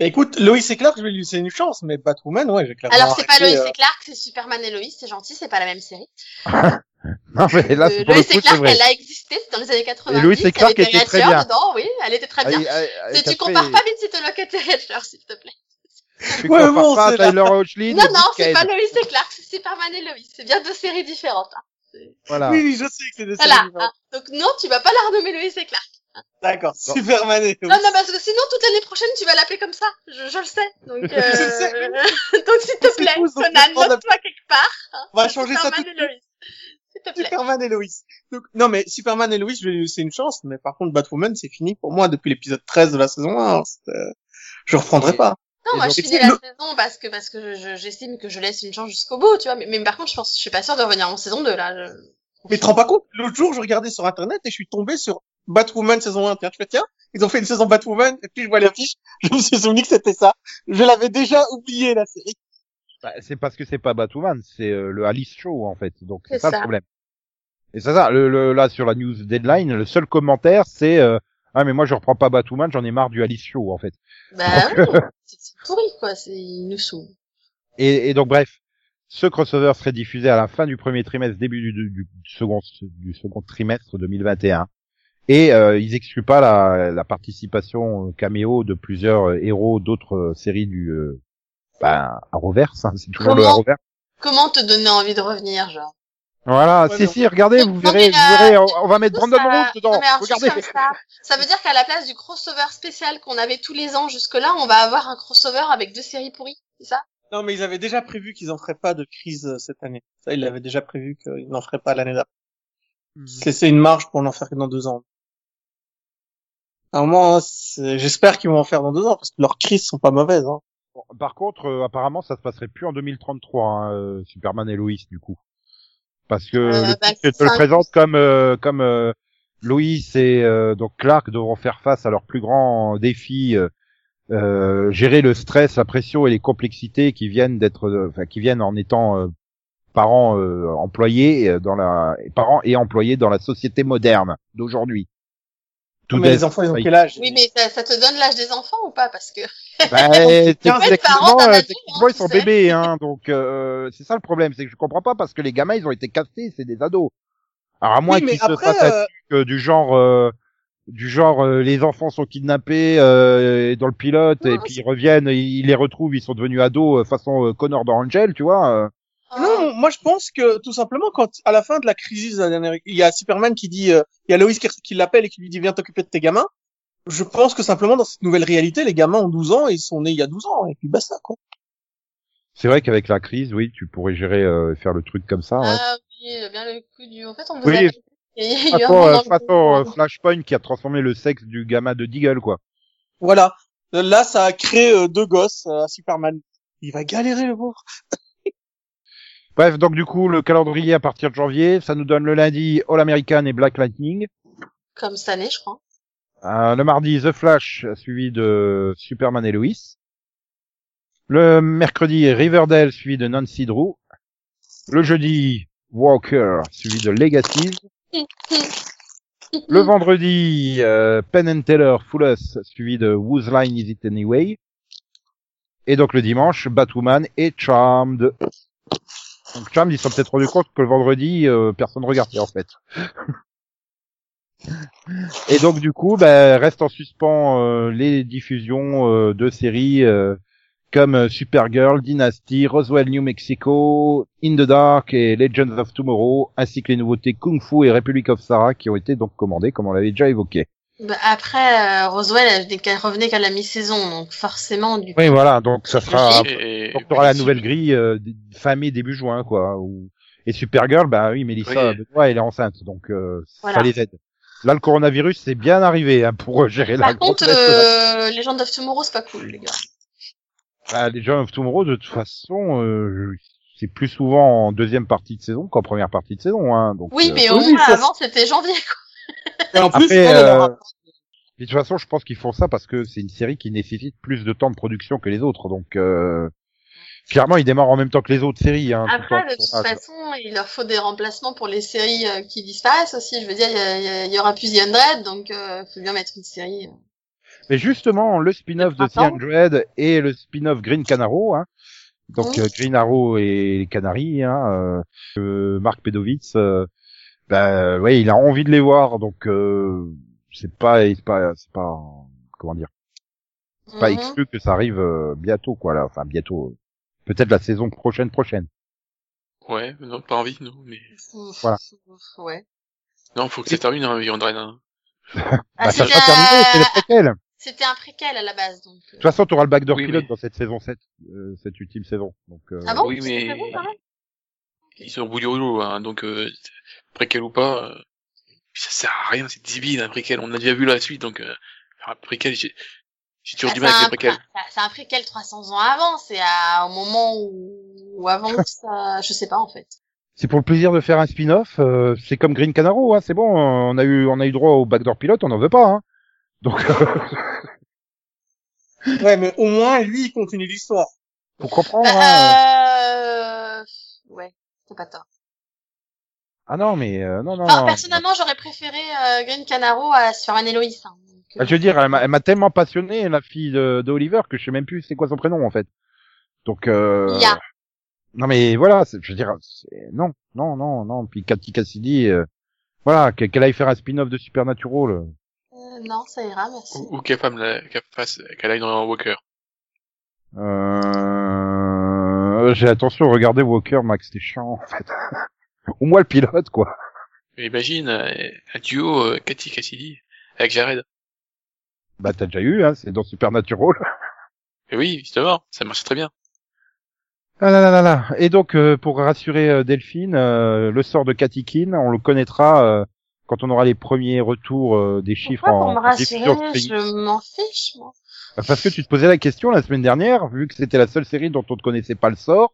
S5: Bah, écoute, Loïs et Clark, je vais lui laisser une chance, mais Batwoman, ouais, j'ai clairement
S4: Alors, c'est pas
S5: arrêté,
S4: Loïs
S5: euh,
S4: et Clark, c'est Superman et Lois, c'est gentil, c'est pas la même série.
S2: Non, mais là, c'est pour le
S4: Euh, Lois
S2: coup,
S4: et
S2: c'est
S4: Clark,
S2: vrai.
S4: elle a existé, c'est dans les années 90.
S2: Lois et
S4: il y avait
S2: Clark
S4: Terry
S2: était très
S4: Hatcher
S2: bien. Ah,
S4: dedans, oui, elle était très bien.
S2: Allez, allez, allez,
S4: C'est- tu
S2: t'as
S4: compares
S2: fait-
S4: pas Bitsitologue à Terry Hatcher, s'il te plaît.
S2: Tu
S5: Ouais,
S2: compares
S5: bon,
S2: pas
S5: c'est
S2: Tyler Hoechlin
S4: Non,
S2: et
S4: non,
S2: Nick Cage.
S4: c'est pas Lois et Clark, c'est Superman et Lois. C'est bien deux séries différentes. hein.
S2: Voilà.
S5: Oui, oui, je sais que c'est des
S4: Voilà.
S5: séries différentes.
S4: hein. Donc non, tu vas pas la renommer Lois et Clark.
S5: D'accord, Superman et
S4: Non, non, parce que sinon toute l'année prochaine tu vas l'appeler comme ça. Je, je le sais. Donc, euh...
S5: Je sais.
S4: donc s'il te
S5: On
S4: plaît,
S5: s'épouse, on
S4: Conan,
S5: s'épouse.
S4: note-toi quelque part. hein.
S5: On va
S4: C'est
S5: changer ça
S4: Superman
S5: tout
S4: et
S5: de
S4: Lois. S'il te plaît.
S5: Superman et Lois. Donc, non, mais Superman et Lois, je vais lui laisser une chance, mais par contre, Batwoman, c'est fini pour moi depuis l'épisode 13 de la saison 1. hein, c'est, euh, Je reprendrai
S3: Et-
S5: pas.
S4: Non,
S2: Et
S4: moi
S2: donc-
S4: je
S5: Et
S4: finis la
S5: le-
S4: saison parce que parce que je- je- j'estime que je laisse une chance jusqu'au bout, tu vois. Mais, mais par contre, je pense, je suis pas sûre de revenir en saison 2 là. Je-
S5: Mais tu te rends pas compte, l'autre jour, je regardais sur internet et je suis tombé sur Batwoman saison 1. Tiens, je fais, tiens, ils ont fait une saison Batwoman, et puis je vois l'affiche, je me suis souvenu que c'était ça. Je l'avais déjà oublié, la série.
S2: Bah, c'est parce que c'est pas Batwoman, c'est euh, le Alice Show en fait. Donc c'est
S4: C'est
S2: ça,
S4: ça.
S2: le problème. Et c'est ça, le, le- là sur la news deadline, le seul commentaire c'est euh, ah mais moi je reprends pas Batwoman, j'en ai marre du Alice Show en fait.
S4: Bah oui, c'est c'est pourri quoi, c'est ils nous saoulent.
S2: Et, et donc bref, ce crossover serait diffusé à la fin du premier trimestre, début du, du, du second du second trimestre 2021. Et euh, ils excluent pas la, la participation euh, caméo de plusieurs euh, héros d'autres euh, séries du euh, ben, Arrowverse, hein, c'est toujours le
S4: Comment
S2: Arrowverse.
S4: Comment te donner envie de revenir, genre
S2: Voilà,
S5: Ouais,
S2: si,
S5: non.
S2: si, regardez,
S4: Mais-
S2: vous
S4: non,
S2: verrez,
S4: mais
S2: vous
S4: là,
S2: verrez, on,
S4: tu-
S2: on va mettre
S4: Tout
S2: Brandon
S4: ça-
S2: Rouge dedans,
S4: Non, mais alors, juste
S2: regardez.
S4: comme ça, ça veut dire qu'à la place du crossover spécial qu'on avait tous les ans jusque-là, on va avoir un crossover avec deux séries pourries, c'est ça
S5: Non, mais ils avaient déjà prévu qu'ils en feraient pas de crise euh, cette année. Ça, ils l'avaient déjà prévu qu'ils n'en feraient pas l'année d'après. Se laisser une marge pour n'en faire que dans deux ans. À un moment, hein, c'est- j'espère qu'ils vont en faire dans deux ans, parce que leurs crises sont pas mauvaises. Hein.
S2: Bon, Par contre, euh, apparemment, ça se passerait plus en 2033, hein, euh, Superman et Lois, du coup. Parce que
S4: Euh,
S2: le
S4: bah,
S2: pitch te
S4: c'est
S2: le
S4: un-
S2: présente comme euh, comme euh, Lois et euh, donc Clark devront faire face à leur plus grand défi, euh, euh, gérer le stress, la pression et les complexités qui viennent d'être, euh, enfin, qui viennent en étant euh, parents euh, employés euh, dans la parents et employés dans la société moderne d'aujourd'hui. Tout
S5: mais les
S2: est-
S5: enfants, ils ont
S2: Oui.
S5: quel âge
S4: Oui, mais ça, ça te donne l'âge des enfants ou pas Parce que
S2: Bah,
S5: Tiens,
S2: techniquement,
S4: parents, t'as
S2: euh,
S4: pas de
S2: techniquement, ils
S4: tu
S2: sont
S4: sais.
S2: bébés, hein, donc euh, c'est ça le problème, c'est que je comprends pas parce que les gamins, ils ont été castés, c'est des ados. Alors à moins
S5: Oui, mais
S2: qu'ils se
S5: après,
S2: fassent un
S5: euh,
S2: truc euh, du genre, euh, du genre, euh, les enfants sont kidnappés euh, dans le pilote et
S4: Non,
S2: puis ils reviennent, ils, ils les retrouvent, ils sont devenus ados euh, façon euh, Connor dans Angel, tu vois. euh.
S4: oh,
S5: non, moi je pense que tout simplement, quand à la fin de la crise, la dernière- il y a Superman qui dit, euh, il y a Lois qui, qui l'appelle et qui lui dit viens t'occuper de tes gamins. Je pense que simplement dans cette nouvelle réalité, les gamins ont 12 ans et ils sont nés il y a 12 ans et puis basta quoi.
S2: C'est vrai qu'avec la crise, oui, tu pourrais gérer, euh, faire le truc comme ça. ouais.
S4: Ah oui, bien le coup du. En fait, on vous
S2: Oui.
S4: a. Il y a
S5: Ah
S4: eu un
S2: Façon, euh,
S5: hein,
S4: moment de-
S2: façon, euh, Flashpoint qui a transformé le sexe du gamin de Deagle, quoi.
S5: Voilà. Là, ça a créé euh, deux gosses euh, à Superman. Il va galérer le pauvre.
S2: Bref, donc du coup, le calendrier à partir de janvier, ça nous donne le lundi All American et Black Lightning,
S4: Comme cette année, je crois.
S2: Euh, le mardi The Flash suivi de Superman et Lois, le mercredi Riverdale suivi de Nancy Drew, le jeudi Walker suivi de Legacies, le vendredi euh, Penn and Teller Full Us suivi de Whose Line Is It Anyway, et donc le dimanche Batwoman et Charmed. Donc Charmed, ils se sont peut-être rendu compte que le vendredi, euh, personne regardait en fait. Et donc du coup, ben, reste en suspens euh, les diffusions euh, de séries euh, comme euh, Supergirl, Dynasty, Roswell, New Mexico, In the Dark et Legends of Tomorrow, ainsi que les nouveautés Kung Fu et Republic of Sarah qui ont été donc commandées, comme on l'avait déjà évoqué.
S4: Bah, après, euh, Roswell, elle venait qu'elle revenait qu'à la mi-saison, donc forcément, du
S2: Oui, voilà, donc ça sera.
S3: Et- et-
S2: Donc t'auras la
S3: et-
S2: nouvelle grille euh, d- fin mai début juin, quoi. Ou... Et Supergirl, bah oui, Mélissa,
S3: Oui.
S2: Benoît, elle est enceinte, donc euh, ça
S4: Voilà.
S2: les aide. Là, le coronavirus, c'est bien arrivé hein, pour euh, gérer la
S4: Par contre,
S2: grosse-
S4: euh, Legend of Tomorrow, c'est pas cool, les gars.
S2: Bah, les Legends of Tomorrow, de toute façon, euh, c'est plus souvent en deuxième partie de saison qu'en première partie de saison. Hein, donc,
S4: Oui,
S2: euh,
S4: mais
S5: oui,
S4: au
S5: oui,
S4: moins,
S5: ça-
S4: avant, c'était janvier, quoi.
S5: Et en plus,
S2: Après,
S5: elle, elle aura-
S2: euh, de toute façon, je pense qu'ils font ça parce que c'est une série qui nécessite plus de temps de production que les autres. Donc, euh, clairement, ils démarrent en même temps que les autres séries. Hein, tout le
S4: Après,
S2: temps
S4: de
S2: de
S4: toute
S2: tournage.
S4: façon, il leur faut des remplacements pour les séries euh, qui disparaissent aussi. Je veux dire, il y a- il y, a- il y aura plus The Hundred, donc euh, faut bien mettre une série. euh.
S2: Mais justement, le spin-off de The
S4: Attends.
S2: 100 et le spin-off Green Canaro, hein, donc
S4: Oui.
S2: euh, Green Arrow et les Canaries, hein, euh, que Marc Pedovitz, euh, bah, ouais, il a envie de les voir, donc euh, c'est pas, c'est pas, c'est pas, comment dire, c'est pas
S4: Mhm.
S2: exclu que ça arrive euh, bientôt, quoi, là, enfin bientôt, euh, peut-être la saison prochaine, prochaine.
S3: Ouais, non, pas envie, non, mais.
S4: Ouf,
S2: Voilà.
S4: ouf, ouais.
S3: Non, faut que ça termine, hein, Beyond Drain, hein.
S4: Ah,
S2: Bah, ça
S4: c'était
S2: sera terminé, c'est les
S4: un...
S2: préquels. De
S4: c'était un préquel à la base, donc. euh.
S2: toute façon, t'auras le backdoor
S3: Oui,
S2: pilot
S3: oui.
S2: dans cette saison 7, euh, cette ultime saison. Donc, euh,
S4: Ah bon
S3: oui,
S4: C'était
S3: mais.
S4: bon, quand même
S3: Ils sont au bout du rouleau, hein, donc, euh, préquel ou pas, euh, ça sert à rien, c'est débile, un préquel. On a déjà vu la suite, donc, euh, un préquel, j'ai, j'ai toujours
S4: Ah,
S3: du mal avec
S4: c'est
S3: les préquels.
S4: un- C'est un préquel 300 ans avant, c'est à un moment où, où avant que ça, je sais pas en fait.
S2: C'est pour le plaisir de faire un spin-off. euh, c'est comme Green Canaro, hein, c'est bon. euh, On a eu, on a eu droit au backdoor pilote, on n'en veut pas. Hein. Donc
S5: Ouais, mais au moins, lui, il continue l'histoire.
S2: pour comprendre.
S4: Bah,
S2: hein.
S4: T'as Euh, pas tort.
S2: Ah non, mais euh, non, non.
S4: Alors,
S2: non.
S4: personnellement, j'aurais préféré euh, Green Canaro à sur un Héloïse. hein. Donc, euh,
S2: Ah, Je veux dire, elle m'a elle m'a tellement passionné la fille de, de Oliver que je sais même plus c'est quoi son prénom en fait. Donc. Euh...
S4: Mia.
S2: Non mais voilà, c'est- je veux dire, c'est- non, non, non, non. Puis Cathy Cassidy, euh, voilà, que- qu'elle aille faire un spin-off de Supernatural. euh.
S4: euh, non, ça ira,
S2: Oh,
S4: merci.
S3: Ou, ou qu'elle femme la- qu'elle fasse, qu'elle aille dans Walker.
S2: Euh... J'ai attention, regardez Walker, Max, t'es chiant en fait. Au moins le pilote quoi.
S3: Mais imagine, euh, un duo, euh, Cathy Cassidy, avec Jared.
S2: Bah t'as déjà eu, hein, c'est dans Supernatural.
S3: Et oui, justement, ça marche très bien.
S2: Ah là là là là. Et donc, euh, pour rassurer euh, Delphine, euh, le sort de Cathy Keane, on le connaîtra euh, quand on aura les premiers retours euh, des chiffres
S4: Pourquoi pour me
S2: en des
S4: rassurer,
S2: futurs streamings.
S4: je m'en fiche, moi.
S2: Parce que tu te posais la question la semaine dernière, vu que c'était la seule série dont on ne connaissait pas le sort.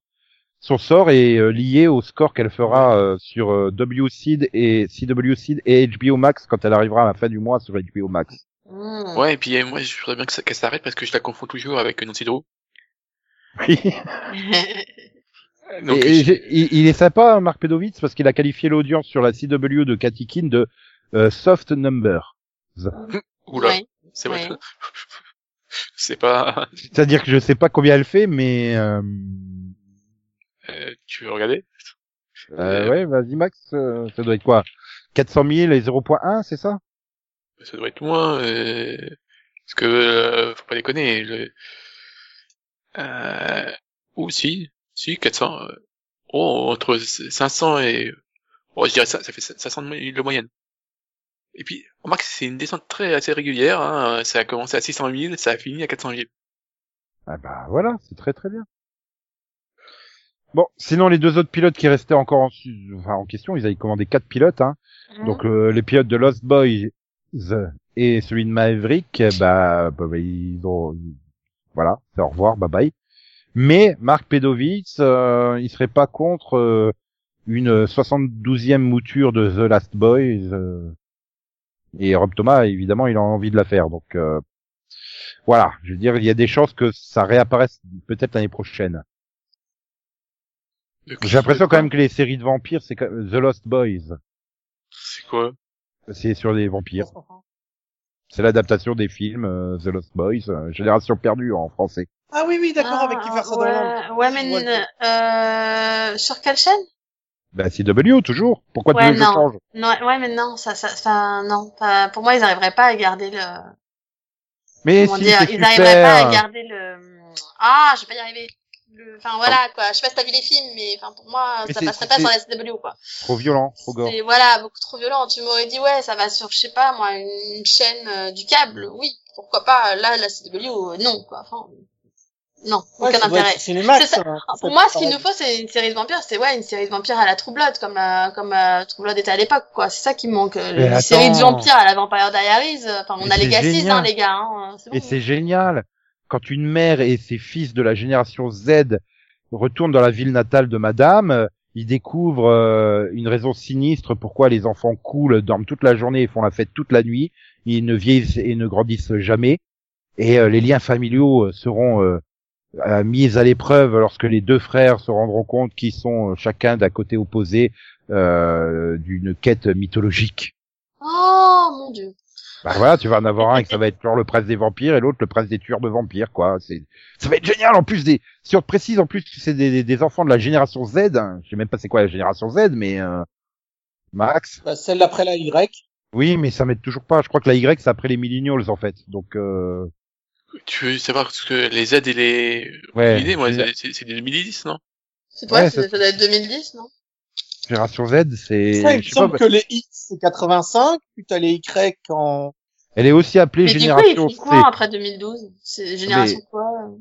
S2: Son sort est euh, lié au score qu'elle fera euh, sur euh, WCID et CWCID et HBO Max quand elle arrivera à la fin du mois sur HBO Max.
S4: Hmm.
S3: Ouais, et puis euh, moi, je voudrais bien que ça- qu'elle s'arrête parce que je la confonds toujours avec euh, Nancy Drew.
S2: Oui.
S3: Donc,
S2: Et- et
S3: je-
S2: j'ai- il, il est sympa, hein, Marc Pedovitz, parce qu'il a qualifié l'audience sur la CW de Cathy Keane de euh, soft number.
S3: oula,
S4: Ouais.
S3: c'est vrai.
S4: ouais.
S3: c'est pas,
S2: C'est-à-dire que je sais pas combien elle fait, mais euh,
S3: euh, tu veux regarder?
S2: euh, ouais, vas-y Max, euh, ça doit être quoi 400 000 et 0.1, c'est ça
S3: Ça doit être moins, euh, parce que, euh, faut pas déconner, le, euh, ou si, si, 400, euh, oh, entre 500 et, oh, je dirais ça, ça fait 500 de le moyenne. Et puis, remarque, c'est une descente très, assez régulière, hein, ça a commencé à 600 000, ça a fini à 400 000.
S2: Ah bah voilà, c'est très très bien. Bon, sinon les deux autres pilotes qui restaient encore en, su- enfin, en question, ils avaient commandé quatre pilotes, hein.
S4: Hmm.
S2: Donc euh, les pilotes de Lost Boys et celui de Maverick, eh bah, bah, bah, ils ont voilà, c'est au revoir, bye bye. Mais Marc Pedovitz, euh, il serait pas contre euh, une 72e mouture de The Last Boys. euh. et Rob Thomas, évidemment, il a envie de la faire. Donc euh, voilà, je veux dire, il y a des chances que ça réapparaisse peut-être l'année prochaine.
S3: Donc,
S2: J'ai l'impression quand même que les séries de vampires, c'est quand- The Lost Boys,
S3: C'est quoi?
S2: c'est sur des vampires. C'est l'adaptation des films euh, The Lost Boys, euh, Génération perdue en français.
S5: Ah oui, oui, d'accord,
S4: Ah,
S5: avec qui faire ça dans
S4: ouais,
S5: l'ordre.
S4: Ouais,
S5: Je vois le-
S4: mais, euh, sur quelle chaîne?
S2: Bah CW toujours. Pourquoi
S4: Ouais,
S2: tu veux que
S4: non.
S2: je change
S4: Non, ouais, mais non, ça, ça, ça, non, pas, pour moi, ils n'arriveraient pas à garder le,
S2: Mais
S4: comment
S2: si,
S4: dire,
S2: c'est
S4: ils n'arriveraient pas
S2: super.
S4: à garder le, ah, je vais pas y arriver. Le- Enfin,
S3: Ah
S4: voilà, quoi. Je sais pas si t'as vu les films, mais, enfin, pour moi,
S2: Mais
S4: ça
S2: c'est-
S4: passerait pas
S2: c'est-
S4: sur la CW, quoi.
S2: Trop violent, trop gore.
S4: C'est, voilà, beaucoup trop violent. Tu m'aurais dit, ouais, ça va sur, je sais pas, moi, une chaîne euh, du câble. Oui, pourquoi pas. Là, la CW, euh, non, quoi. Enfin, non,
S5: Ouais,
S4: aucun
S5: ça doit être
S4: intérêt.
S5: Cinemax,
S4: C'est ça.
S5: hein.
S4: Ah, Pour
S5: Ça
S4: moi,
S5: doit
S4: ce qu'il
S5: être
S4: nous faut, c'est une série de vampires. C'est ouais, une série de vampires à la Troublade, comme euh, comme euh, Troublade était à l'époque, quoi. C'est ça qui me manque. euh,
S2: Mais
S4: Une série de
S2: attends.
S4: vampires à la Vampire Diaries. euh, Enfin, on
S2: Mais
S4: a les
S2: c'est
S4: Gassis, hein,
S2: génial.
S4: les gars. Hein. C'est
S2: Et
S4: bon.
S2: c'est génial quand une mère et ses fils de la génération Z retournent dans la ville natale de Madame. euh, Ils découvrent euh, une raison sinistre pourquoi les enfants coulent, dorment toute la journée et font la fête toute la nuit. Ils ne vieillissent et ne grandissent jamais. Et euh, les liens familiaux euh, seront euh, euh, mis à l'épreuve lorsque les deux frères se rendront compte qu'ils sont euh, chacun d'un côté opposé euh, d'une quête mythologique.
S4: Oh mon dieu.
S2: Bah voilà, tu vas en avoir un que ça va être genre le prince des vampires et l'autre le prince des tueurs de vampires, quoi. C'est, ça va être génial. En plus des, si on te précise en plus que c'est des, des- des enfants de la génération Z, hein. je sais même pas c'est quoi la génération Z, mais euh, Max.
S5: Bah, celle d'après la Y.
S2: Oui, mais ça m'aide toujours pas. Je crois que la Y c'est après les millennials en fait. Donc euh,
S3: Tu veux savoir ce que les Z et les,
S2: ouais,
S3: l'idée, moi,
S2: géné-
S3: c'est c'est des 2010, non?
S4: C'est quoi
S2: Ouais,
S4: c'est-
S2: ça-
S4: Ça doit être 2010, non
S2: génération Z, c'est.
S5: Ça, il me
S2: je sais pas, bah,
S5: semble que les X, c'est 85, puis t'as les Y en...
S2: Elle est aussi appelée
S4: Mais du coup, ils
S2: génération
S4: font
S2: C.
S4: quoi après 2012 C'est génération quoi euh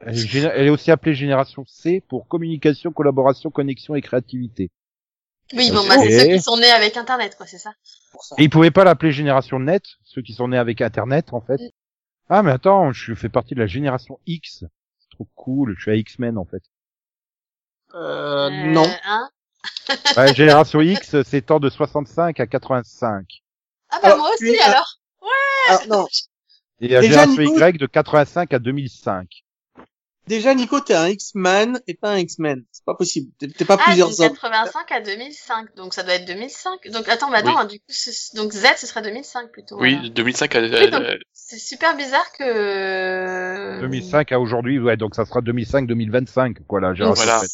S2: Elle est géné- elle est aussi appelée génération C pour communication, collaboration, connexion et créativité.
S4: Oui, bon,
S2: Ok.
S4: bah, c'est ceux qui sont nés avec Internet, quoi. C'est ça.
S5: Pour ça.
S2: Et ils pouvaient pas l'appeler génération net, ceux qui sont nés avec internet en fait.
S4: Mm.
S2: Ah mais attends, je fais partie de la génération X. C'est trop cool, je suis à X-Men en fait.
S5: Euh, non.
S4: hein
S2: Ouais, génération X s'étend de 65 à 85.
S4: ah bah
S5: Alors,
S4: moi aussi,
S5: une-
S4: alors.
S5: Ah, non.
S2: Et la
S5: Déjà,
S2: génération
S5: Nico-
S2: Y de 85 à 2005.
S5: Déjà, Nico, t'es un X-Man et pas un X-Men. C'est pas possible. T'es t'es pas
S4: Ah, de
S5: plusieurs hommes.
S4: 85 à 2005, donc ça doit être 2005. Donc attends, bah non,
S3: Oui.
S4: hein, du coup, ce- donc Z, ce serait 2005 plutôt.
S3: Oui,
S4: hein.
S3: de 2005 à...
S4: Oui, donc-
S3: à-
S4: C'est super bizarre euh, que...
S2: 2005 à aujourd'hui, ouais, donc ça sera 2005-2025, quoi, là, génération
S3: Voilà.
S2: faite.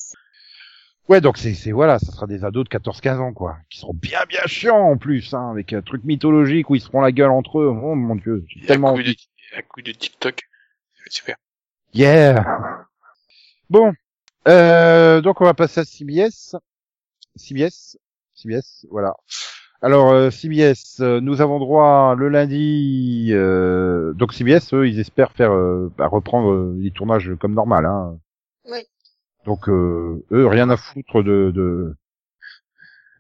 S2: Ouais, donc c'est, c'est, voilà, ça sera des ados de 14-15 ans, quoi, qui seront bien, bien chiants, en plus, hein, avec un truc mythologique où ils se feront la gueule entre eux. Oh, mon dieu, j'ai
S3: à
S2: tellement
S3: coup
S2: envie.
S3: de, à coup de TikTok. Super.
S2: Yeah Bon, euh, donc on va passer à CBS. CBS CBS, voilà. Alors, euh, CBS, euh, nous avons droit le lundi... euh, donc CBS, eux, ils espèrent faire euh, bah, reprendre euh, les tournages comme normal. Hein.
S4: Oui.
S2: Donc, euh, eux, rien à foutre de... de...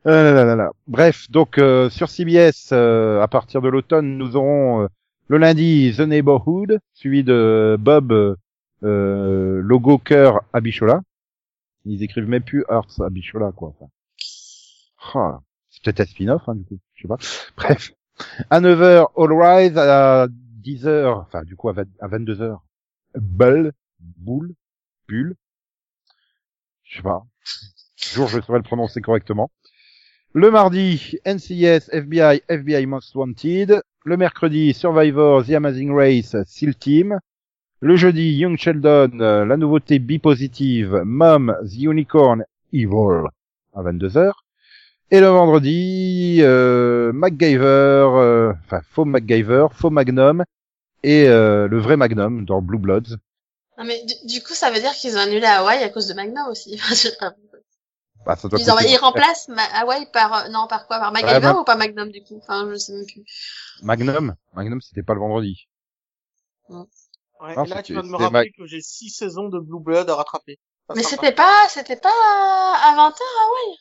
S2: Ah là là là là. Bref, donc euh, sur CBS, euh, à partir de l'automne, nous aurons euh, le lundi The Neighborhood, suivi de euh, Bob... euh, euh, logo cœur Abichola. Ils écrivent même plus Hearts Abichola, quoi. Enfin. Ah, c'est peut-être un spin-off, hein, du coup. Je sais pas. Bref. À 9h, All Rise. À 10h, enfin, du coup, à, 20 à 22h, Bull, Boule, Bulle. Je sais pas. Un jour, je saurais le prononcer correctement. Le mardi, NCIS, FBI, FBI Most Wanted. Le mercredi, Survivor, The Amazing Race, SEAL Team. Le jeudi, Young Sheldon, euh, la nouveauté bi-positive, Mom, The Unicorn, Evil, à 22h. Et le vendredi, euh, MacGyver, euh, enfin faux MacGyver, faux Magnum, et euh, le vrai Magnum dans Blue Bloods.
S4: Non, mais du, du coup, ça veut dire qu'ils ont annulé Hawaï à cause de Magnum aussi. Je sais pas.
S2: Bah, ça doit
S4: ils, en-
S2: coûter
S4: ils remplacent Ma- Hawaï par... euh, Non, par quoi Par MacGyver
S2: Mac-
S4: ou par Magnum, du coup Enfin, je sais même plus.
S2: Magnum, Magnum c'était pas le vendredi.
S5: Ouais,
S2: Non,
S5: et là,
S2: c'était-
S5: tu vas me
S2: c'était
S5: rappeler
S2: Mac.
S5: que j'ai six saisons de Blue Blood à rattraper. Pas
S4: Mais
S5: sympa.
S4: c'était pas... C'était pas à 20h, Hawaï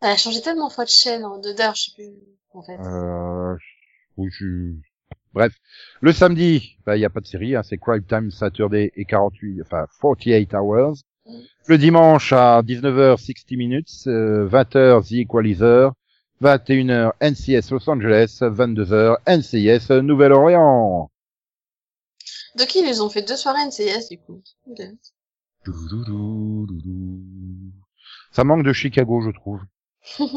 S4: Elle a changé tellement de fois de chaîne, en deux d'heures, je sais plus, en fait.
S2: Euh, ou je- Bref, le samedi, bah il y a pas de série, hein, c'est Crime Time Saturday et 48, enfin 48 Hours. Le dimanche à 19h 60 minutes, 20h The Equalizer, 21h NCS Los Angeles, 22h NCS Nouvelle-Orient.
S4: Donc ils nous ont fait deux soirées NCIS, du coup. Ok.
S2: Doudoudou, doudoudou. Ça manque de Chicago, je trouve.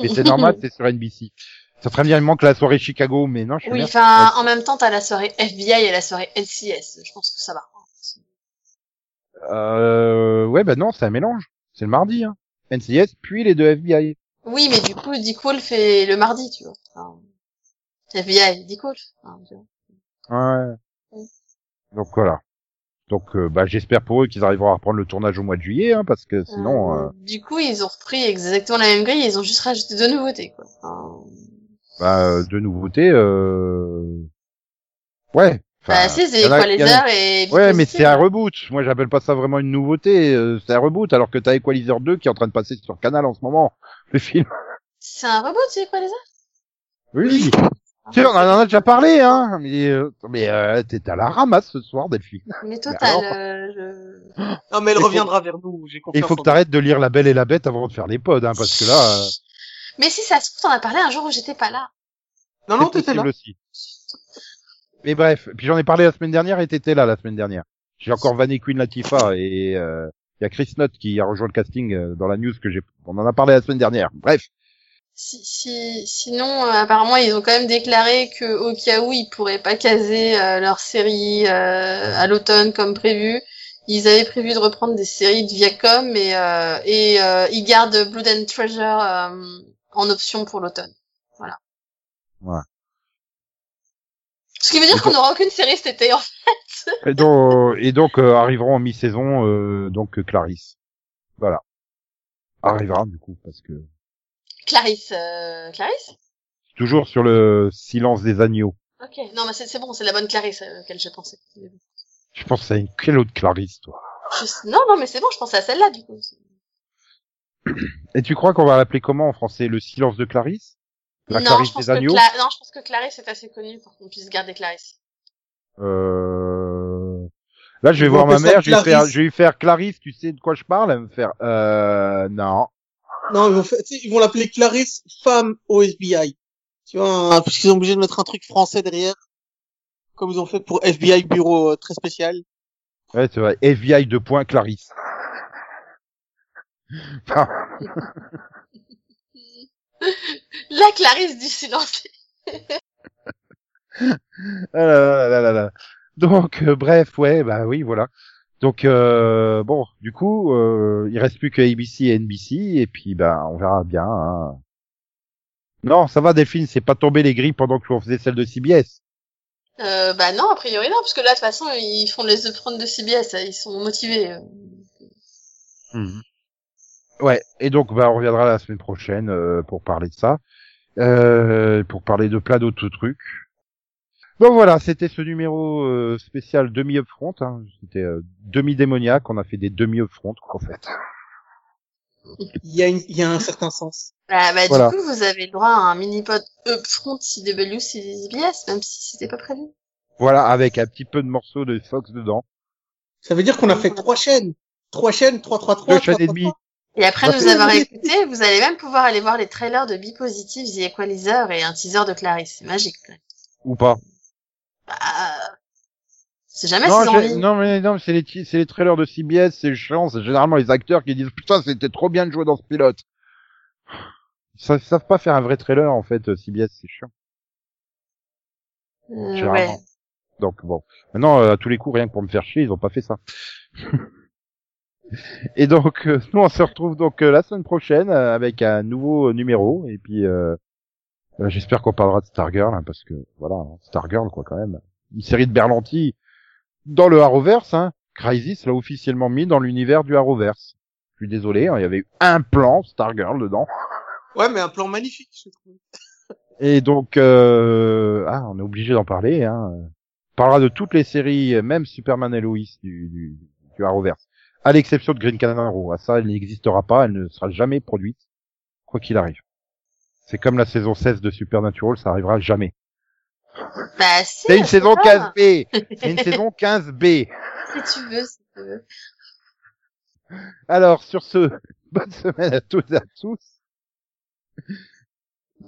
S2: Mais c'est normal, c'est sur NBC. Ça ferait bien, il manque la soirée Chicago, mais non, je suis
S4: Oui,
S2: bien.
S4: enfin, en même temps, t'as la soirée FBI et la soirée NCS. Je pense que ça va.
S2: Euh, ouais, bah non, c'est un mélange. C'est le mardi, hein. NCIS, puis les deux FBI.
S4: Oui, mais du coup, Dick Wolf est le mardi, tu vois. Enfin, FBI, Dick Wolf. Enfin, tu vois.
S2: Ouais.
S4: Mm.
S2: Donc voilà. Donc, euh, bah, j'espère pour eux qu'ils arriveront à reprendre le tournage au mois de juillet, hein, parce que sinon,
S4: Euh,
S2: euh,
S4: Du coup, ils ont repris exactement la même grille, ils ont juste rajouté deux nouveautés, quoi. Enfin,
S2: bah, euh, de nouveautés, euh... ouais. Enfin,
S4: bah, si, c'est
S2: y en a- y en a-
S4: Equalizer
S2: Ouais,
S4: et... Big
S2: mais
S4: Positive.
S2: c'est un reboot. Moi, j'appelle pas ça vraiment une nouveauté. euh, c'est un reboot, alors que t'as Equalizer 2 qui est en train de passer sur Canal en ce moment. Le film.
S4: C'est un reboot, c'est Equalizer
S2: Oui.
S4: Ah,
S2: Tu sais, on en a déjà parlé, hein. Mais, euh, mais euh, t'es à la ramasse ce soir, Delphine.
S4: Mais
S2: alors,
S4: total, euh, je...
S5: Non, mais elle
S2: Il faut-
S5: reviendra vers nous. J'ai
S2: Et il
S5: confiance.
S2: faut que
S5: en
S2: t'arrêtes de lire La Belle et la Bête avant de faire les pods, hein, parce que là, euh,
S4: Mais si ça se trouve, t'en as parlé un jour où j'étais pas là.
S5: toi. Non, non,
S2: euh, c'est
S5: t'étais là.
S2: possible aussi. Mais bref, puis j'en ai parlé la semaine dernière et t'étais là la semaine dernière. J'ai encore vanné Queen Latifah et euh, il y a Chris Nutt qui a rejoint le casting euh, dans la news que j'ai. On en a parlé la semaine dernière. Bref,
S4: Si, si, sinon, euh, apparemment, ils ont quand même déclaré que au cas où ils pourraient pas caser euh, leur série euh, à l'automne comme prévu, ils avaient prévu de reprendre des séries de Viacom et, euh, et euh, ils gardent Blood and Treasure euh, en option pour l'automne. Voilà.
S2: Ouais.
S4: Ce qui veut dire qu'on n'aura aucune série cet été. hein. En fait.
S2: et donc, et donc, euh, arriveront en mi-saison euh, donc euh, Clarisse. Voilà, arrivera du coup parce que
S4: Clarisse, euh, Clarisse.
S2: toujours sur le silence des agneaux.
S4: Ok. Non, mais c'est c'est bon, c'est la bonne Clarisse euh, auquel je pensais.
S2: Je pense à une quelle autre Clarisse toi.
S4: Je- Non, non, mais c'est bon, je pensais à celle-là du coup.
S2: Et tu crois qu'on va l'appeler comment en français Le silence de Clarisse La
S4: non,
S2: Clarisse
S4: je pense
S2: des agneaux
S4: Que Cla- Non, je pense que Clarisse est assez connue pour qu'on puisse garder Clarisse.
S2: Euh... Là, je vais
S5: Vous
S2: voir ma
S5: appelez ça
S2: mère, je vais, lui faire,
S5: Clarisse
S2: je vais lui faire Clarisse, tu sais de quoi je parle Elle va me faire... Euh... Non.
S5: Non, ils vont, faire- tu sais, ils vont l'appeler Clarisse femme au FBI. Tu vois, hein, parce qu'ils sont obligés de mettre un truc français derrière, comme ils ont fait pour FBI bureau euh, très spécial.
S2: Ouais, c'est vrai. FBI de point Clarisse. Par-
S4: La Clarisse du silence.
S2: Ah là là là là là. Donc euh, bref, ouais, bah oui, voilà. Donc euh, bon, du coup, euh, il reste plus que ABC et NBC et puis bah on verra bien. hein. Non, ça va Delphine, c'est pas tombé les grilles pendant que l'on faisait celle de CBS.
S4: Euh, bah non, a priori non, parce que là, de toute façon, ils font les upfronts de CBS, hein, ils sont motivés. euh.
S2: Ouais, et donc bah on reviendra la semaine prochaine euh, pour parler de ça, euh, pour parler de plein d'autres trucs. Donc voilà, c'était ce numéro euh, spécial demi upfront, hein. c'était euh, demi démoniaque, on a fait des demi upfront en fait.
S5: Il y, a une- il y a un certain sens.
S4: Ah, bah
S2: Voilà.
S4: du coup, vous avez le droit à un mini-pod upfront CW CBS, même si c'était pas prévu.
S2: Voilà, avec un petit peu de morceaux de Fox dedans.
S5: Ça veut dire qu'on a fait trois chaînes. Trois chaînes, trois, trois, trois.
S2: Deux chaînes
S5: trois,
S2: et
S5: trois,
S2: demie.
S4: Et après
S2: Bah,
S4: nous
S5: c'est-
S4: avoir écoutés, vous allez même pouvoir aller voir les trailers de Be Positive, The Equalizer et un teaser de Clarisse. C'est magique. quand même.
S2: Ou pas.
S4: Bah, c'est jamais
S2: non,
S4: s'ils ont
S2: je-
S4: envie.
S2: non, mais non, mais c'est les, ti- c'est les trailers de CBS, c'est chiant, c'est généralement les acteurs qui disent putain, c'était trop bien de jouer dans ce pilote. Ils sa- savent pas faire un vrai trailer, en fait, euh, CBS, c'est chiant,
S4: Euh,
S2: généralement.
S4: ouais.
S2: Donc bon. Maintenant, euh, à tous les coups, rien que pour me faire chier, ils ont pas fait ça. et donc, euh, nous, on se retrouve donc euh, la semaine prochaine euh, avec un nouveau euh, numéro, et puis, euh, euh, j'espère qu'on parlera de Stargirl, hein, parce que, voilà, hein, Stargirl, quoi, quand même. Une série de Berlanti dans le Arrowverse, hein. Crisis l'a officiellement mis dans l'univers du Arrowverse. Je suis désolé, hein, il y avait eu un plan Stargirl dedans.
S5: Ouais, mais un plan magnifique, je trouve.
S2: Et donc, euh, ah, on est obligé d'en parler. Hein. On parlera de toutes les séries, euh, même Superman et Lois du, du, du Arrowverse, à l'exception de Green Arrow. Ah, ça, elle n'existera pas, elle ne sera jamais produite, quoi qu'il arrive. C'est comme la saison 16 de Supernatural, ça arrivera jamais.
S4: Bah, si,
S2: C'est une
S4: je sais
S2: saison
S4: pas.
S2: 15B C'est une saison 15B
S4: Si tu veux, si tu veux.
S2: Alors, sur ce, bonne semaine à toutes et à tous.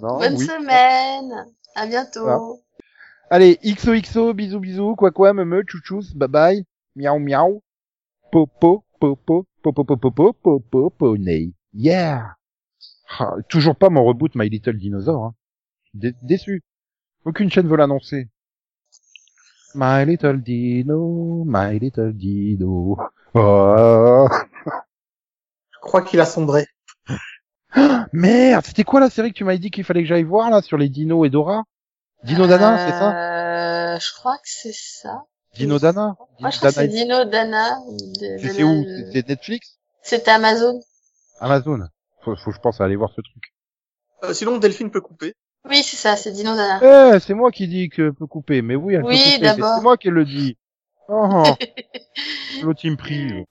S2: Non,
S4: Bonne
S2: Ah oui.
S4: semaine. À bientôt.
S2: Voilà. Allez, XOXO, bisous bisous, quoi quoi, me me, chouchous, bye bye, miaou miaou, popo, popo, popo, popo, popo, popo, poney. Yeah! Ah, toujours pas mon reboot My Little Dinosaur, hein. Dé- déçu. Aucune chaîne veut l'annoncer. My Little Dino, My Little Dino. Oh.
S5: Je crois qu'il a sombré.
S2: Merde, c'était quoi la série que tu m'avais dit qu'il fallait que j'aille voir, là, sur les dinos et Dora? Dino Dana, c'est ça?
S4: Euh, je crois que c'est ça.
S2: Dino Dana?
S4: Moi, je crois que c'est
S2: Dana-
S4: Dino Dana. ou de-
S2: c'est c'est
S4: Dana,
S2: où?
S4: euh,
S2: C'est- C'est Netflix?
S4: C'est Amazon.
S2: Amazon. Faut, faut que je pense à aller voir ce truc.
S5: Euh, sinon, Delphine peut couper.
S4: Oui, c'est ça, c'est Dino Dana.
S2: Eh, c'est moi qui dis que peut couper, mais oui, elle peut
S4: Oui,
S2: couper,
S4: d'abord.
S2: oh. C'est moi qui le dis. Oh, l'autre il me prive.